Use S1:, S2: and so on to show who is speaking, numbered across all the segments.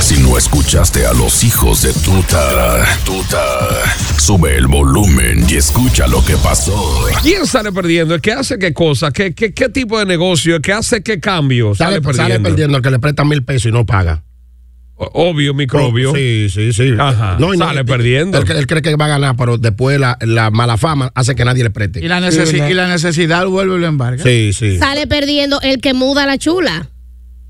S1: Si no escuchaste a los hijos de tuta, tuta, sube el volumen y escucha lo que pasó.
S2: ¿Quién sale perdiendo? ¿El que hace qué cosa? ¿Qué, qué, qué tipo de negocio? ¿El que hace qué cambio? Sale,
S3: Sale, sale
S2: perdiendo.
S3: perdiendo el que le presta mil pesos y no paga.
S2: O- Obvio, microbio.
S3: Sí, sí, sí.
S2: Ajá,
S3: y
S2: Ah,
S3: eh,
S2: sale perdiendo.
S3: Él, cre- él cree que va a ganar, pero después la, la mala fama hace que nadie le preste.
S4: Y la, necesi-
S3: Sí, ¿verdad?
S4: y la necesidad vuelve y lo embarga.
S3: Sí, sí.
S5: sale perdiendo el que muda la chula.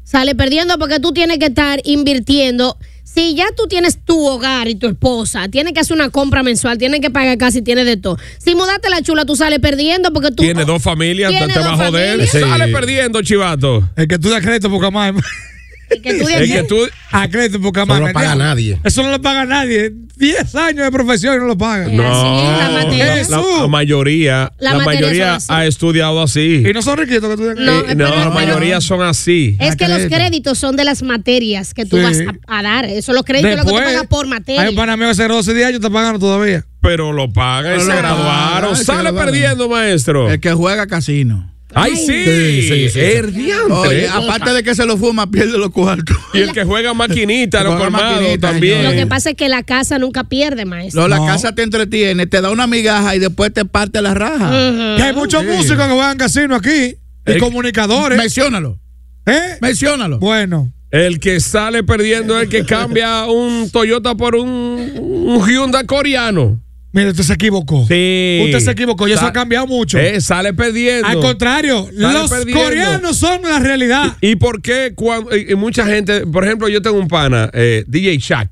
S5: Sale perdiendo porque tú tienes que estar invirtiendo. Si ya tú tienes tu hogar y tu esposa, tienes que hacer una compra mensual, tienes que pagar casi, tienes de todo. Si mudaste la chula, tú sales perdiendo porque tú...
S2: Tiene dos familias, te,
S5: Tiene
S2: te va a
S5: dos
S2: joder.
S5: familias.
S3: Sí.
S2: Sale perdiendo, chivato.
S4: El que tú das crédito poca más.
S5: y que tú
S2: Es que
S5: tienes-
S2: tú.
S4: A crédito poca
S3: Eso no lo paga nadie.
S4: Eso no lo paga nadie. 10 años de profesión y no lo paga.
S5: Eh, así es, la materia.
S2: Eh, la, la mayoría,
S5: La
S2: la,
S5: materia
S2: mayoría
S5: son así.
S2: ha estudiado así.
S4: Y no son riquitos que tú das
S5: No,
S2: Eh, no,
S5: pero-
S2: la mayoría son así.
S5: Es que los
S4: crédito.
S5: créditos son de las materias que tú
S4: Sí.
S5: vas a, a dar. Eso los créditos es lo que tú pagas por materia.
S4: Hay un panameo que cerró hace 10 años, está pagando todavía.
S2: Pero lo pagan y
S4: Pero
S2: se
S4: lo pagan,
S2: graduaron.
S4: ay, se
S2: Sale
S4: graduaron.
S2: perdiendo, maestro.
S6: El que juega casino.
S2: ¡Ay, sí!
S3: Sí, sí, sí.
S2: El diantre.
S6: Oye, aparte de que se lo fuma, pierde los cuartos.
S2: Y el que juega maquinita, los
S6: Juega
S2: colmados
S6: maquinita,
S5: Lo
S2: también.
S5: que pasa es que la casa nunca pierde, maestro.
S6: No, la
S4: No.
S6: casa te entretiene, te da una migaja y después te parte la raja.
S5: Ujú.
S4: Que hay muchos músicos que juegan casino aquí. Y
S2: Eh,
S4: comunicadores.
S6: Menciónalo,
S4: ¿Eh?
S6: menciónalo.
S4: Bueno.
S2: El que sale perdiendo es el que cambia un Toyota por un, un Hyundai coreano.
S4: Mire, usted se equivocó.
S2: Sí.
S4: Usted se equivocó. Y eso
S2: Sa-
S4: ha cambiado mucho.
S2: Eh, sale perdiendo.
S4: Al contrario,
S2: Sale
S4: los
S2: perdiendo.
S4: coreanos son la realidad.
S2: ¿Y por qué cuando, y- y mucha gente, por ejemplo, yo tengo un pana, eh, DJ Shaq,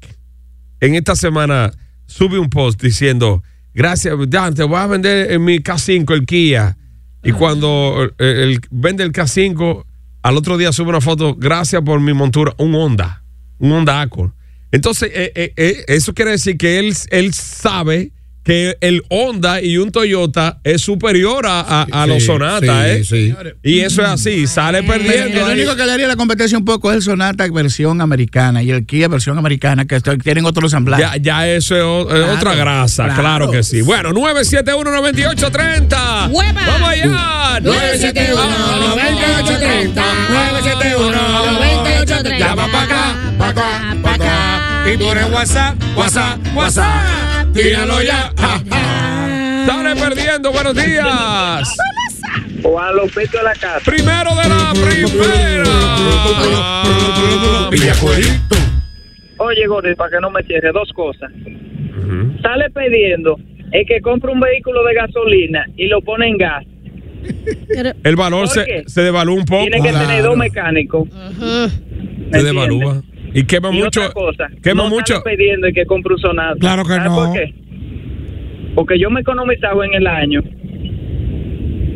S2: en esta semana sube un post diciendo, gracias, Dan, te voy a vender en mi K5, el Kia. Y cuando eh, él vende el K5, al otro día sube una foto, gracias por mi montura, un Honda, un Honda Accord. Entonces, eh, eh, eh, eso quiere decir que él, él sabe que el Honda y un Toyota es superior a, a- a los
S3: Sí,
S2: Sonata,
S3: sí,
S2: ¿eh?
S3: sí.
S2: Y eso es así, sale perdiendo.
S6: Lo
S2: ahí.
S6: único que le haría la competencia un poco es el Sonata versión americana y el Kia versión americana, que esto- tienen otro ensamblaje.
S2: Ya, ya eso es o- es otra grasa, claro. que sí. Bueno, 971-9830.
S5: ¡Hueva!
S2: ¡Vamos allá!
S5: 971-9830. 971-9830.
S2: Llama para acá, para acá, para acá. Y pone WhatsApp, WhatsApp, WhatsApp. Tíralo ya. ja, ja. Sale perdiendo, buenos días.
S7: Juan Lopito de la casa.
S2: Primero de la primera.
S7: Oye, Gordy, para que no me cierre, dos cosas. Sale pidiendo el que compra un vehículo de gasolina y lo pone en gas.
S5: Pero-
S2: El valor
S7: ¿Por
S2: se,
S7: qué?
S2: se devalúa un poco.
S7: Tiene que tener dos mecánicos.
S5: Ujú.
S7: ¿me
S2: Se
S7: entiendes?
S2: devalúa. Y quema
S7: Y
S2: mucho.
S7: otra cosa,
S2: Quema
S7: no
S2: mucho.
S7: Sale pidiendo el que compre un sonata.
S4: Claro que
S7: ¿Sabes
S4: no.
S7: por qué? Porque yo me economizaba en el año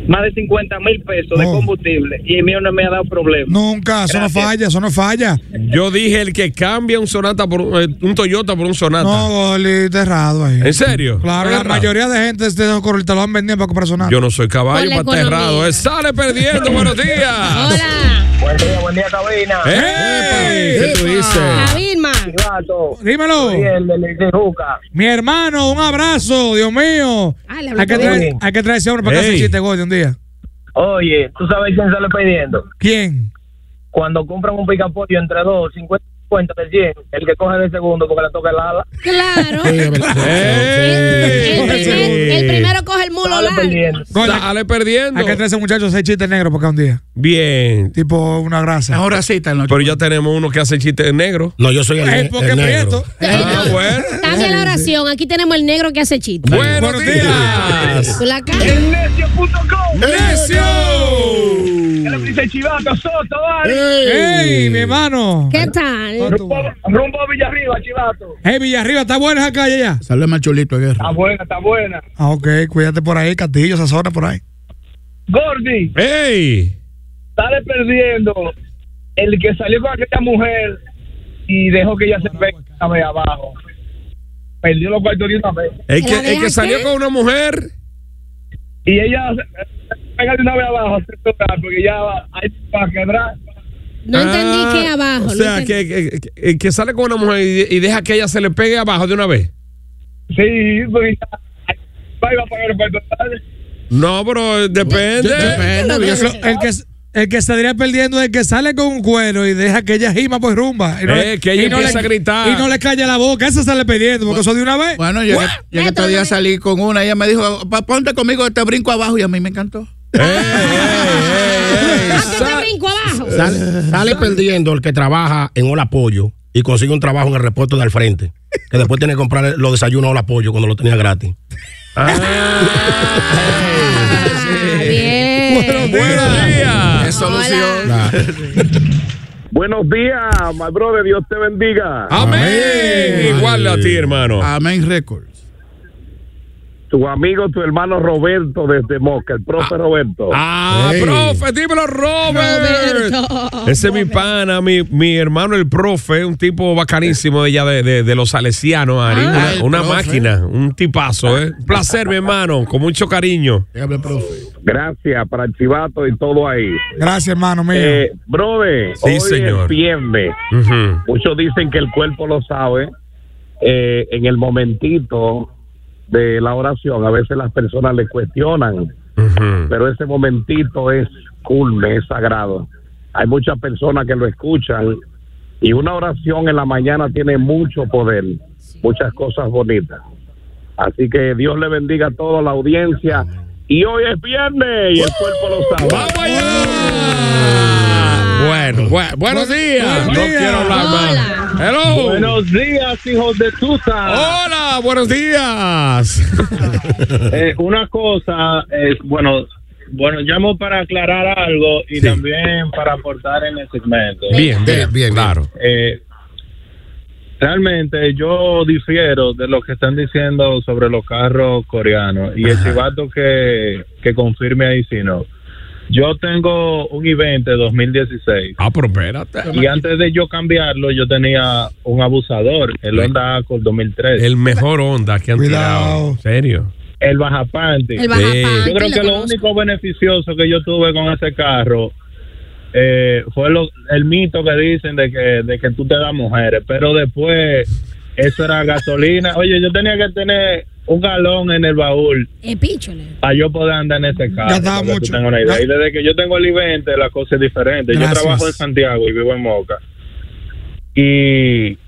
S7: más de 50 mil pesos de
S4: No.
S7: combustible y el mío no me ha dado problema.
S4: Nunca, eso no
S7: Gracias.
S4: falla, eso no falla.
S2: Yo dije el que cambia un Sonata por un, eh, un Toyota por un Sonata.
S4: No, Goli, está errado ahí.
S2: ¿En serio?
S4: Claro, la
S2: Errado.
S4: mayoría de gente de los corrientes lo han vendido para comprar sonar.
S2: Yo no soy caballo
S5: Con la
S2: para estar
S5: economía.
S2: errado. Eh, Sale perdiendo. Buenos días.
S5: Hola,
S7: Buen día, buen día, cabina.
S2: ¡Ey! ¿Qué tú
S5: la
S2: dices?
S5: Vilma.
S7: Gato,
S4: Dímelo.
S7: el de Lizijuca.
S4: Mi hermano, un abrazo, Dios mío.
S5: Ay, Ah, le hablé
S4: Hay que,
S5: todo
S4: traer,
S7: bien.
S4: hay que traerse a uno para que
S2: Ey.
S4: hace chiste, Gordy, Este un día.
S7: Oye, ¿tú sabes quién sale pidiendo?
S4: ¿Quién?
S7: Cuando compran un picapollo entre dos, 50
S8: cuenta del 100, el que coge del segundo porque le toca el ala.
S5: Claro.
S2: El,
S5: el primero coge el mulo largo.
S2: Sale perdiendo.
S4: Hay que traer a ese muchacho seis chistes negros porque un día.
S2: Bien.
S4: Tipo una grasa.
S6: Ahora sí está en la
S2: Pero ya tenemos uno que hace chistes negros.
S3: No, yo soy el,
S4: Es
S3: ne-
S4: Eh, porque
S3: el negro.
S4: prieto.
S2: Ah, bueno.
S5: Cambia la oración. Aquí tenemos el negro que hace chiste.
S2: Buenos días.
S5: Tú la cambias.
S8: Elnecio.com.
S2: ¡Necio!
S8: Dice Chivato, Soto, dale.
S4: ¡Ey, mi hermano!
S5: ¿Qué tal?
S4: Soto.
S8: Rumbo a Villarriba, Chivato.
S4: ¡Ey, Villarriba! ¿Está buena esa calle ya?
S6: Sale más chulito de guerra.
S8: Está buena, está buena.
S4: Ah, ok. Cuídate por ahí, Castillo, esa zona por ahí.
S8: Gordy,
S2: ¡Ey!
S8: sale perdiendo el que salió con aquella mujer y dejó que ella se vea una vez abajo. Perdió los cuartos de una vez.
S2: El que,
S5: ¿La
S2: el que
S5: deja
S2: salió
S5: qué?
S2: con una mujer.
S8: Y ella se pega de una vez abajo, se toca, porque ya va- ahí para quebrar.
S5: No
S2: Ah,
S5: entendí que abajo.
S2: O
S5: no
S2: sea,
S5: entendí.
S2: que, que- que- el que sale con una mujer y, y deja que ella se le pegue abajo de una vez.
S8: Sí, porque ya ahí va y va a pagar los cuartos dale.
S2: No, pero eh, depende.
S4: Lo- el, que, el que saldría perdiendo es el que sale con un cuero y deja que ella gima pues rumba. Y
S2: Eh, que ella
S4: y no
S2: empieza a gritar.
S4: Y no le calla la boca. Ese sale perdiendo porque eso de una vez.
S6: Bueno, yo que, yo que todavía salí con una, ella me dijo, "Pa- ponte conmigo, te brinco abajo y a mí me encantó.
S2: Ey, ey, ey.
S5: Ah, que te brinco abajo.
S3: Sale, sale perdiendo el que trabaja en Hola Pollo y consigue un trabajo en el repuesto del frente. Que después tiene que comprar los desayunos Hola Pollo cuando lo tenía gratis.
S5: Ah, bien.
S2: Buenos días.
S6: Es solución.
S5: Hola.
S8: Buenos días, my brother, Dios te bendiga.
S2: Amén.
S3: Amén.
S2: Igual a ti, hermano.
S6: Amén Records.
S8: Tu amigo, tu hermano Roberto desde Mosca, el profe Roberto.
S2: Ah,
S3: Ey.
S2: profe, dímelo, Robert.
S5: Roberto.
S2: Ese es mi pana, mi, mi hermano el profe, un tipo bacanísimo de allá de, de- de los salesianos, Ari.
S5: Ah,
S2: una
S6: el
S2: una
S6: profe.
S2: máquina, un tipazo, ¿eh? Un placer, mi hermano, con mucho cariño.
S6: Dígame, profe.
S8: Gracias para el chivato y todo ahí.
S4: Gracias, hermano mío.
S8: Eh, brother,
S2: Sí,
S8: hoy
S2: señor.
S8: es viernes.
S2: Ujú.
S8: Muchos dicen que el cuerpo lo sabe. Eh, en el momentito de la oración, a veces las personas le cuestionan,
S2: Ujú.
S8: pero ese momentito es culme, es sagrado. Hay muchas personas que lo escuchan y una oración en la mañana tiene mucho poder, muchas cosas bonitas. Así que Dios le bendiga a toda la audiencia. Y hoy es viernes y el cuerpo lo sabe.
S2: ¡Vamos allá! Bueno, bu- buenos días. No
S4: Buenos días.
S2: quiero hablar
S5: Hola.
S2: más. Hello.
S8: Buenos días, hijos de tuta.
S2: Hola, buenos días.
S8: Eh, una cosa, es, bueno, bueno, llamo para aclarar algo y también para aportar en el segmento.
S2: bien,
S3: Bien,
S2: bien, bien,
S3: bien,
S2: claro.
S8: Eh, realmente yo difiero de lo que están diciendo sobre los carros coreanos y el chivato que, que confirme ahí si no. Yo tengo un i20 2016
S2: Ah, pero espérate.
S8: y antes de yo cambiarlo yo tenía un abusador, el Honda Accord 2003.
S2: El mejor onda que han tirado.
S4: Cuidado.
S2: ¿En serio?
S8: el bajapante.
S5: El bajapante,
S8: Yo creo que lo
S5: conozco.
S8: único beneficioso que yo tuve con ese carro eh, fue lo- el mito que dicen de que, de que tú te das mujeres, pero después eso era gasolina. Oye, yo tenía que tener un galón en el baúl
S5: Eh, píchole.
S8: para yo poder andar en ese
S7: Ah,
S8: carro.
S4: Ya
S8: para
S4: estaba
S8: que tú
S4: mucho.
S8: tengas una idea.
S4: Ya-
S8: Y desde que yo tengo el I-20 la cosa es diferente.
S4: Gracias.
S8: Yo trabajo en Santiago y vivo en Moca. Y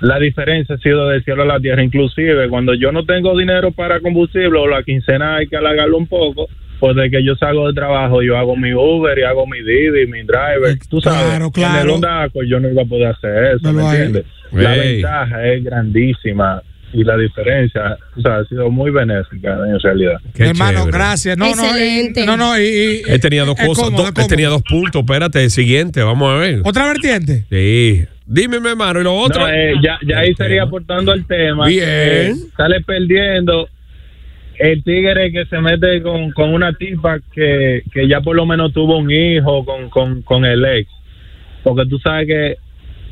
S8: la diferencia ha sido del cielo a la tierra. Inclusive cuando yo no tengo dinero para combustible o la quincena hay que alargarlo un poco, pues de que yo salgo de trabajo yo hago mi Uber y hago mi Didi, mi Driver.
S4: Eh,
S8: Tú sabes,
S4: claro, claro.
S8: en el Honda Accord yo no iba a poder hacer eso,
S4: No
S8: ¿me
S4: lo hay.
S8: entiendes? La
S2: Ey.
S8: ventaja es grandísima y la diferencia, o sea, ha sido muy benéfica en realidad.
S2: Qué
S4: hermano,
S2: chévere.
S4: gracias. No,
S5: Excelente.
S4: no, y- no, no, y, y-
S2: Él tenía dos
S4: es
S2: cosas.
S4: cómodo,
S2: dos-
S4: es
S2: él tenía
S4: cómodo.
S2: dos puntos. Espérate, el siguiente. Vamos a ver.
S4: Otra vertiente.
S2: Sí. Dime, mi hermano, y lo otro.
S8: No, eh, ya ya ahí sería aportando al tema.
S2: Bien.
S8: Eh, sale perdiendo el tigre que se mete con, con una tipa que, que ya por lo menos tuvo un hijo con, con, con el ex. Porque tú sabes que,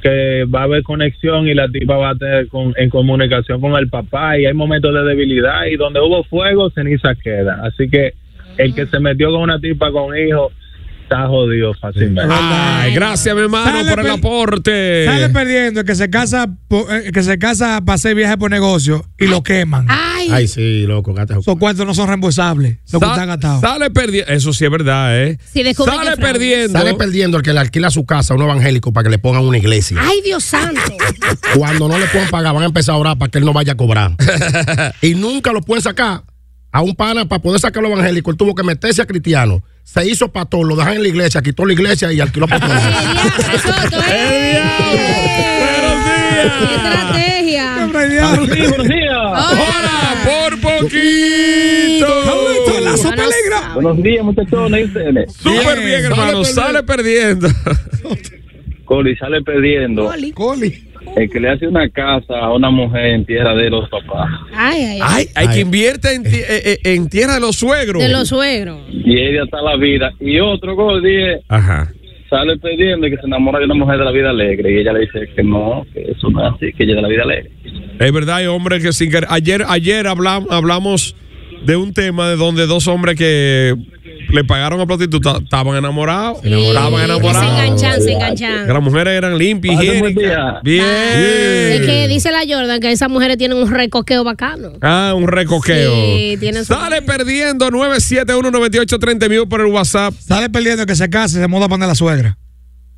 S8: que va a haber conexión y la tipa va a tener con- en comunicación con el papá y hay momentos de debilidad y donde hubo fuego, ceniza queda. Así que el que se metió con una tipa con hijo
S7: está jodido fácilmente.
S2: Ay, gracias, mi hermano,
S4: Sale
S2: por el
S4: per-
S2: aporte.
S4: Sale perdiendo el que se casa po- eh, que se casa para hacer viaje por negocio y lo queman.
S3: Ay, sí, loco, gata.
S4: Esos cuartos no son reembolsables. Lo que
S2: Sa-
S4: están gastados.
S2: Sale perdiendo. Eso sí es verdad, ¿eh?
S5: Si descubre que
S2: sale
S5: fraude.
S2: perdiendo.
S3: Sale perdiendo el que le alquila su casa a un evangélico para que le pongan una iglesia.
S5: Ay, Dios santo.
S3: Cuando no le puedan pagar, van a empezar a orar para que él no vaya a cobrar. y nunca lo pueden sacar a un pana para poder sacarlo evangélico. Él tuvo que meterse a cristiano. Se hizo pastor, lo dejan en la iglesia, quitó la iglesia y alquiló pastor.
S5: Estrategia.
S2: Ahora por poquito.
S7: Buenos días, muchachones.
S2: Súper bien, hermano. Sale perdiendo.
S7: Coli sale perdiendo.
S4: Coli.
S7: El que le hace una casa a una mujer en tierra de los papás.
S5: Ay, ay, ay.
S2: Ay, hay que invierte en, ti- eh, eh, en tierra de los suegros.
S5: De los suegros.
S7: Y ella está la vida. Y otro Goli eh,
S2: Ajá.
S7: sale perdiendo que se enamora de una mujer de la vida alegre. Y ella le dice que no, que eso no es así, que ella es de la vida alegre.
S2: Es verdad, hay hombres que sin querer. Ayer, ayer hablam- hablamos de un tema de donde dos hombres que le pagaron a prostituta estaban enamorados. Estaban
S5: Se
S2: enamorados.
S5: enganchan, se enganchan.
S2: Que las mujeres eran limpias,
S7: Pasen buen
S2: higiénicas.
S7: día.
S2: Bien.
S5: Es que dice la Jordan que esas mujeres tienen un recoqueo bacano.
S2: Ah, un recoqueo.
S5: Sí, tiene su-
S2: Sale perdiendo 9719830 mil por el WhatsApp.
S4: Sale perdiendo el que se casa y se muda para donde la suegra.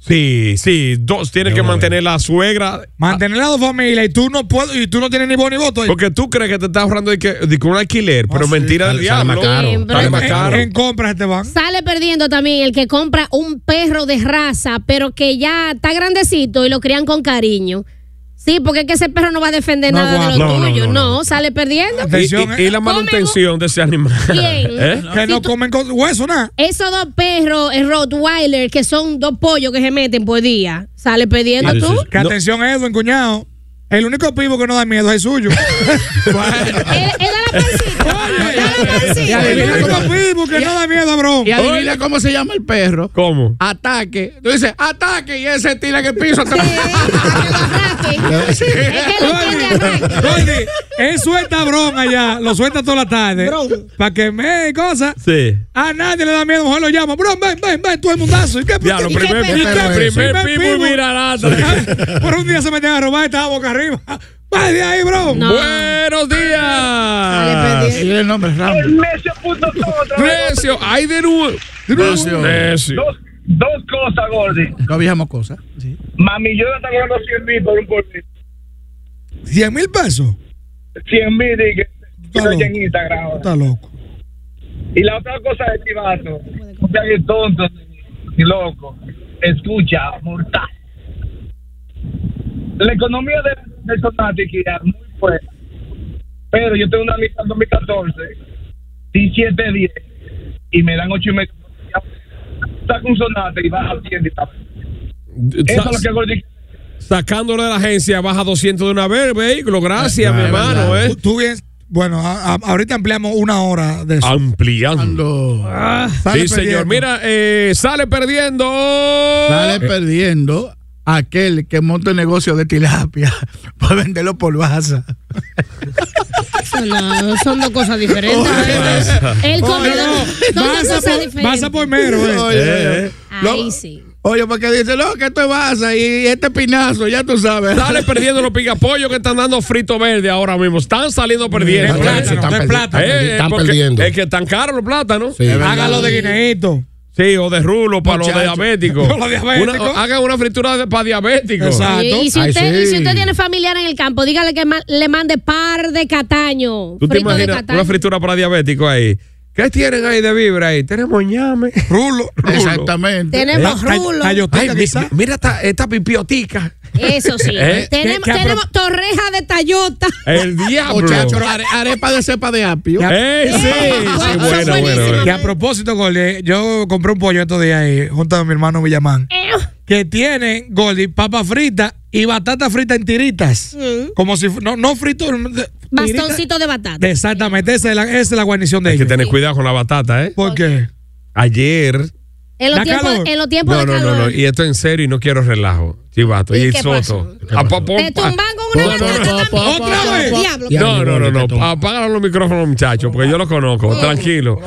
S2: Sí, sí, dos tiene que mantener la suegra.
S4: Mantener a dos familias y tú no puedes, y tú no tienes ni voz ni voto. ahí.
S2: Porque tú crees que te estás ahorrando de que, de que un alquiler, pero
S4: sí.
S2: mentira del
S3: Sale- sale
S2: diablo.
S3: más caro.
S5: Siempre.
S2: Sale
S4: en,
S2: más caro.
S4: en compras te van.
S5: Sale perdiendo también el que compra un perro de raza, pero que ya está grandecito y lo crían con cariño. Sí, porque es que ese perro no va a defender
S4: No
S5: nada de lo
S3: aguanta. No, no,
S5: tuyo. No,
S3: no, no.
S5: sale perdiendo.
S2: Y,
S4: Atención, eh.
S2: y- y la
S5: ¿cómo
S2: manutención de ese animal.
S5: Bien.
S2: ¿Eh?
S4: que
S5: si
S4: no
S5: tú-
S4: comen con hueso, nada.
S5: Esos dos perros, el Rottweiler, que son dos pollos que se meten por día, sale perdiendo
S3: Sí, sí,
S5: tú.
S3: sí.
S4: Que
S3: No.
S4: atención, Edwin, cuñado. El único pivo que no da miedo es el suyo.
S5: Él, él da la pancita. da la
S6: Y
S5: pancita.
S4: el
S6: adivina
S4: único
S6: cómo-
S4: pivo que no da miedo, bro.
S6: Y adivina cómo se llama el perro.
S2: ¿Cómo?
S6: Ataque. Tú dices, ataque. Y ese tira en el piso.
S5: Sí, que lo arrastre. Es que lo tiene arrastre.
S4: Oye, él suelta bron allá, lo suelta toda la tarde. Para que me cosas.
S2: Sí.
S4: A nadie le da miedo, mejor lo llama. Bro, ven, ven, ven, todo el mundazo. ¿Y qué
S2: Ya, lo
S4: ¿y qué
S2: primer,
S4: pe- y qué
S2: primer, primer
S4: primer
S2: pivo y mirarata.
S4: Por un día se metían a robar, estaba boca arriba. Vaya de ahí, bro.
S5: No. pues,
S2: Buenos días.
S6: Y el nombre es Rambo.
S2: Necio, ay de nuevo.
S6: Necio.
S2: Necio.
S7: Dos, dos cosas, Gordy.
S6: No viajamos cosas.
S7: Mami, yo está cobrando 100 mil por un corte.
S4: 100 mil pesos.
S7: 100 mil, dije.
S4: Está loco.
S7: en Instagram ahora.
S4: Está loco.
S7: Y la otra cosa de Chivato, no seas el tonto ni loco. Escucha, mortal. La economía de, del Sonática es muy fuerte. Pero yo tengo una lista en 2014, di 7, 10 y me dan 8 y medio. Saca un Sonata y baja a 100 y tal. Eso es lo que
S2: Sa-
S7: hago yo.
S2: Sacándolo de la agencia, baja 200 de una vez el vehículo.
S3: Ah,
S2: Gracias, mi hermano.
S4: Tú,
S2: Eh.
S4: tú bien. Bueno, a- a- ahorita ampliamos una hora de eso.
S2: Ampliando.
S4: Sale
S2: sí, señor.
S4: perdiendo.
S2: Mira, eh, sale perdiendo.
S6: Sale perdiendo aquel que monta el negocio de tilapia para venderlo por baza.
S5: Eso no, son dos cosas diferentes. El comedor. Son dos
S4: Pasa
S5: cosas
S4: por,
S5: diferentes.
S4: pasa por mero, eh.
S6: Oye, oye.
S5: Ahí sí.
S6: Oye, porque dice, no, que esto es baza y este pinazo, ya tú sabes.
S2: Sale perdiendo los picapollos que están dando frito verde ahora mismo. Están saliendo perdiendo.
S4: No es
S2: ¿eh?
S4: plátano, no es
S3: perdi-
S4: plátano.
S2: Eh, eh,
S3: están
S2: porque
S3: perdiendo.
S2: Es que están caros los plátanos.
S3: Sí.
S2: Sí.
S4: Hágalo de guineíto.
S2: o de rulo para los
S6: Muchacho.
S2: diabéticos.
S4: Para los diabéticos.
S2: Una- o- hagan una fritura de- para diabéticos.
S4: Exacto.
S5: Y, y si
S3: Ay,
S5: usted,
S3: sí.
S5: y si usted tiene familiar en el campo, dígale que ma- le mande par de cataño.
S2: ¿Tú te
S5: frito de
S2: imaginas
S5: cataño.
S2: una fritura para diabéticos ahí? ¿Qué tienen ahí de vibra ahí? Tenemos ñame.
S4: Rulo. Eh,
S6: Exactamente.
S5: Tenemos
S4: Ay,
S5: rulo.
S4: Ayoteca,
S2: Ay, mi-
S4: quizá.
S2: mi- mira esta, esta pipiotica.
S5: Eso sí.
S2: ¿Eh?
S5: Tenemos,
S4: ¿Qué- qué apro-
S5: tenemos torreja de tallota.
S2: El diablo.
S6: Muchacho, are- arepa de cepa de apio.
S2: ¡Ey, sí! sí, bueno,
S5: Son
S2: bueno,
S5: buenísimas.
S2: bueno.
S4: Y a propósito, Goldie, yo compré un pollo estos días ahí, junto a mi hermano Villamán, que tiene, Goldie, papa frita y batata frita en tiritas.
S5: Mm.
S4: Como si, fu- no, no frito, de- tiritas.
S5: Bastoncito de batata.
S4: Exactamente, esa es la, esa es la guarnición de
S2: Hay que
S4: ellos.
S2: tener cuidado con la batata, ¿eh?
S4: ¿Por qué?
S2: Ayer.
S5: En los
S4: Da
S5: tiempos,
S4: calor.
S5: en los tiempos
S2: No,
S5: de
S2: no,
S5: calor.
S2: no, no. Y esto en serio y no quiero relajo. Chivato.
S5: ¿Y
S2: Y,
S5: qué
S2: Soto.
S3: pasó?
S2: Ah, pa- pa-
S5: Te tumban con una
S3: No, no,
S5: batata
S3: no,
S5: también.
S3: pa-
S4: pa-
S5: Diablo.
S4: pa-
S5: Diablo.
S3: Ya,
S2: No, no, no,
S3: Nicole,
S2: no.
S3: te tomo.
S2: Apágalo los
S5: Oh.
S2: micrófonos, muchachos, porque yo los conozco. Tranquilo.